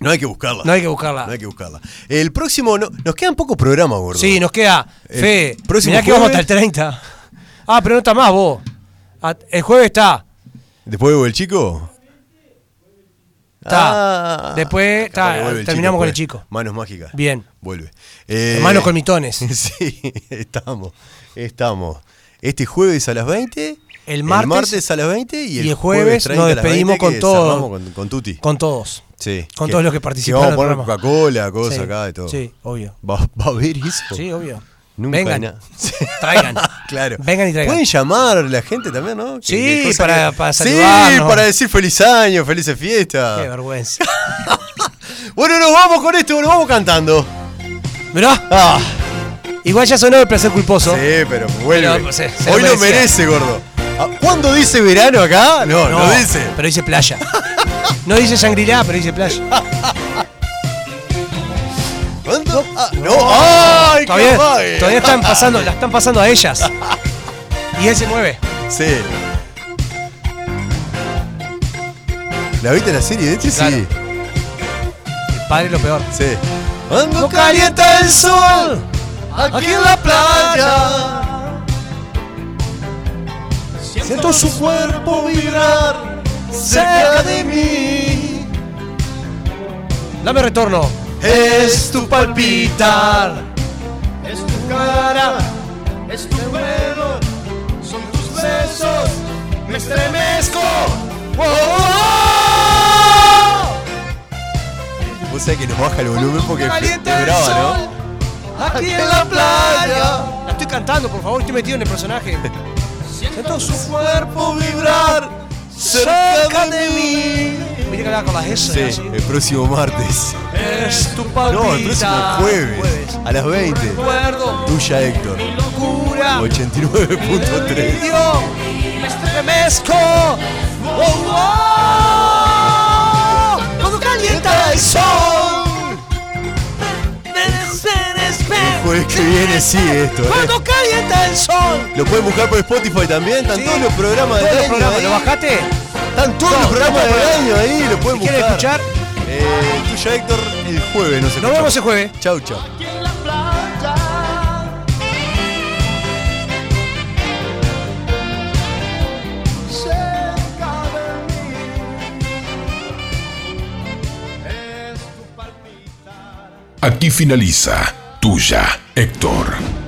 B: No hay que buscarla.
A: No hay que buscarla.
B: No hay que buscarla. El próximo, no- nos quedan pocos programas, gordo.
A: Sí, nos queda.
B: El
A: Fe,
B: próximo
A: mirá que vamos hasta el
B: jueves-
A: 30. Ah, pero no está más vos. Ah, El jueves está.
B: Después vuelve el chico.
A: Está.
B: Ah.
A: Después,
B: Capaz
A: está,
B: que vuelve
A: terminamos con el
B: después.
A: chico.
B: Manos mágicas.
A: Bien.
B: Vuelve. Eh,
A: Hermanos con mitones.
B: Sí, estamos. Estamos. Este jueves a las 20.
A: El martes-
B: a las 20 y el,
A: y el jueves
B: 30
A: nos
B: a las
A: despedimos
B: 20
A: con
B: que
A: todo.
B: cerramos Con, con Tuti.
A: Con todos.
B: Sí,
A: Con todos los que participaron
B: Vamos a
A: del
B: poner
A: programa.
B: Coca-Cola, cosas
A: Sí,
B: acá y todo.
A: Sí, obvio.
B: ¿Va, va a haber eso?
A: Sí, obvio.
B: Nunca
A: Vengan.
B: na- Sí.
A: Traigan.
B: Claro.
A: Vengan y traigan.
B: Pueden llamar a la gente también, ¿no? Que-
A: Sí,
B: que cosa
A: para-
B: que-
A: para
B: Sí,
A: saludarnos.
B: para decir feliz año, felices
A: Qué
B: fiestas.
A: vergüenza.
B: Bueno, nos vamos con esto, nos vamos cantando.
A: Mirá,
B: Ah,
A: igual ya sonó el placer culposo.
B: sí, pero vuelve.
A: Pero, se- se lo
B: Hoy lo
A: merecía.
B: merece, gordo. Ah, ¿Cuándo dice verano acá? No, no, dice.
A: Pero dice playa. No dice Shangri-La, pero dice playa.
B: ¿Cuándo? Ah, no, ay,
A: todavía,
B: qué mal.
A: todavía están pasando, la están pasando a ellas. Y él se mueve.
B: Ah, Sí. ¿La viste la serie de este?
A: Claro.
B: Sí.
A: El padre es lo peor.
B: Sí. Cuando
A: No
B: calienta el sol
A: aquí en la playa.
B: Siento su cuerpo vibrar cerca de mí.
A: Dame retorno.
B: Es tu palpitar.
F: Es tu cara, es tu pelo, son tus besos, me estremezco.
B: ¡Oh, Vos sabés que nos baja el volumen porque es brava, ¿no?
A: Aquí en la playa. La estoy cantando, por favor, estoy metido en el personaje. Siento su cuerpo vibrar.
B: Cerca de mí.
A: Mira que hablaba con las S.
B: Sí,
A: así.
B: el próximo martes.
A: Es tu
B: No, el próximo
A: palpitar.
B: jueves. A las 20.
A: Recuerdo,
B: Tuya Héctor.
A: locura.
B: 89.3.
A: Yo me estremezco. Oh, oh. Cuando calienta el sol.
B: El jueves que viene sigue esto, ¿eh?
A: Cuando calienta el sol.
B: Lo pueden buscar por Spotify también, están
A: Sí.
B: todos los programas del
A: Todos los
B: año
A: programas,
B: ahí.
A: ¿lo bajaste?
B: Están todos los programas del año ahí, lo pueden
A: Si
B: buscar.
A: quieren escuchar.
B: Eh, tuya Héctor el jueves, no sé.
A: Nos vemos el jueves.
B: Chau, chau.
G: Aquí finaliza Tuya, Héctor.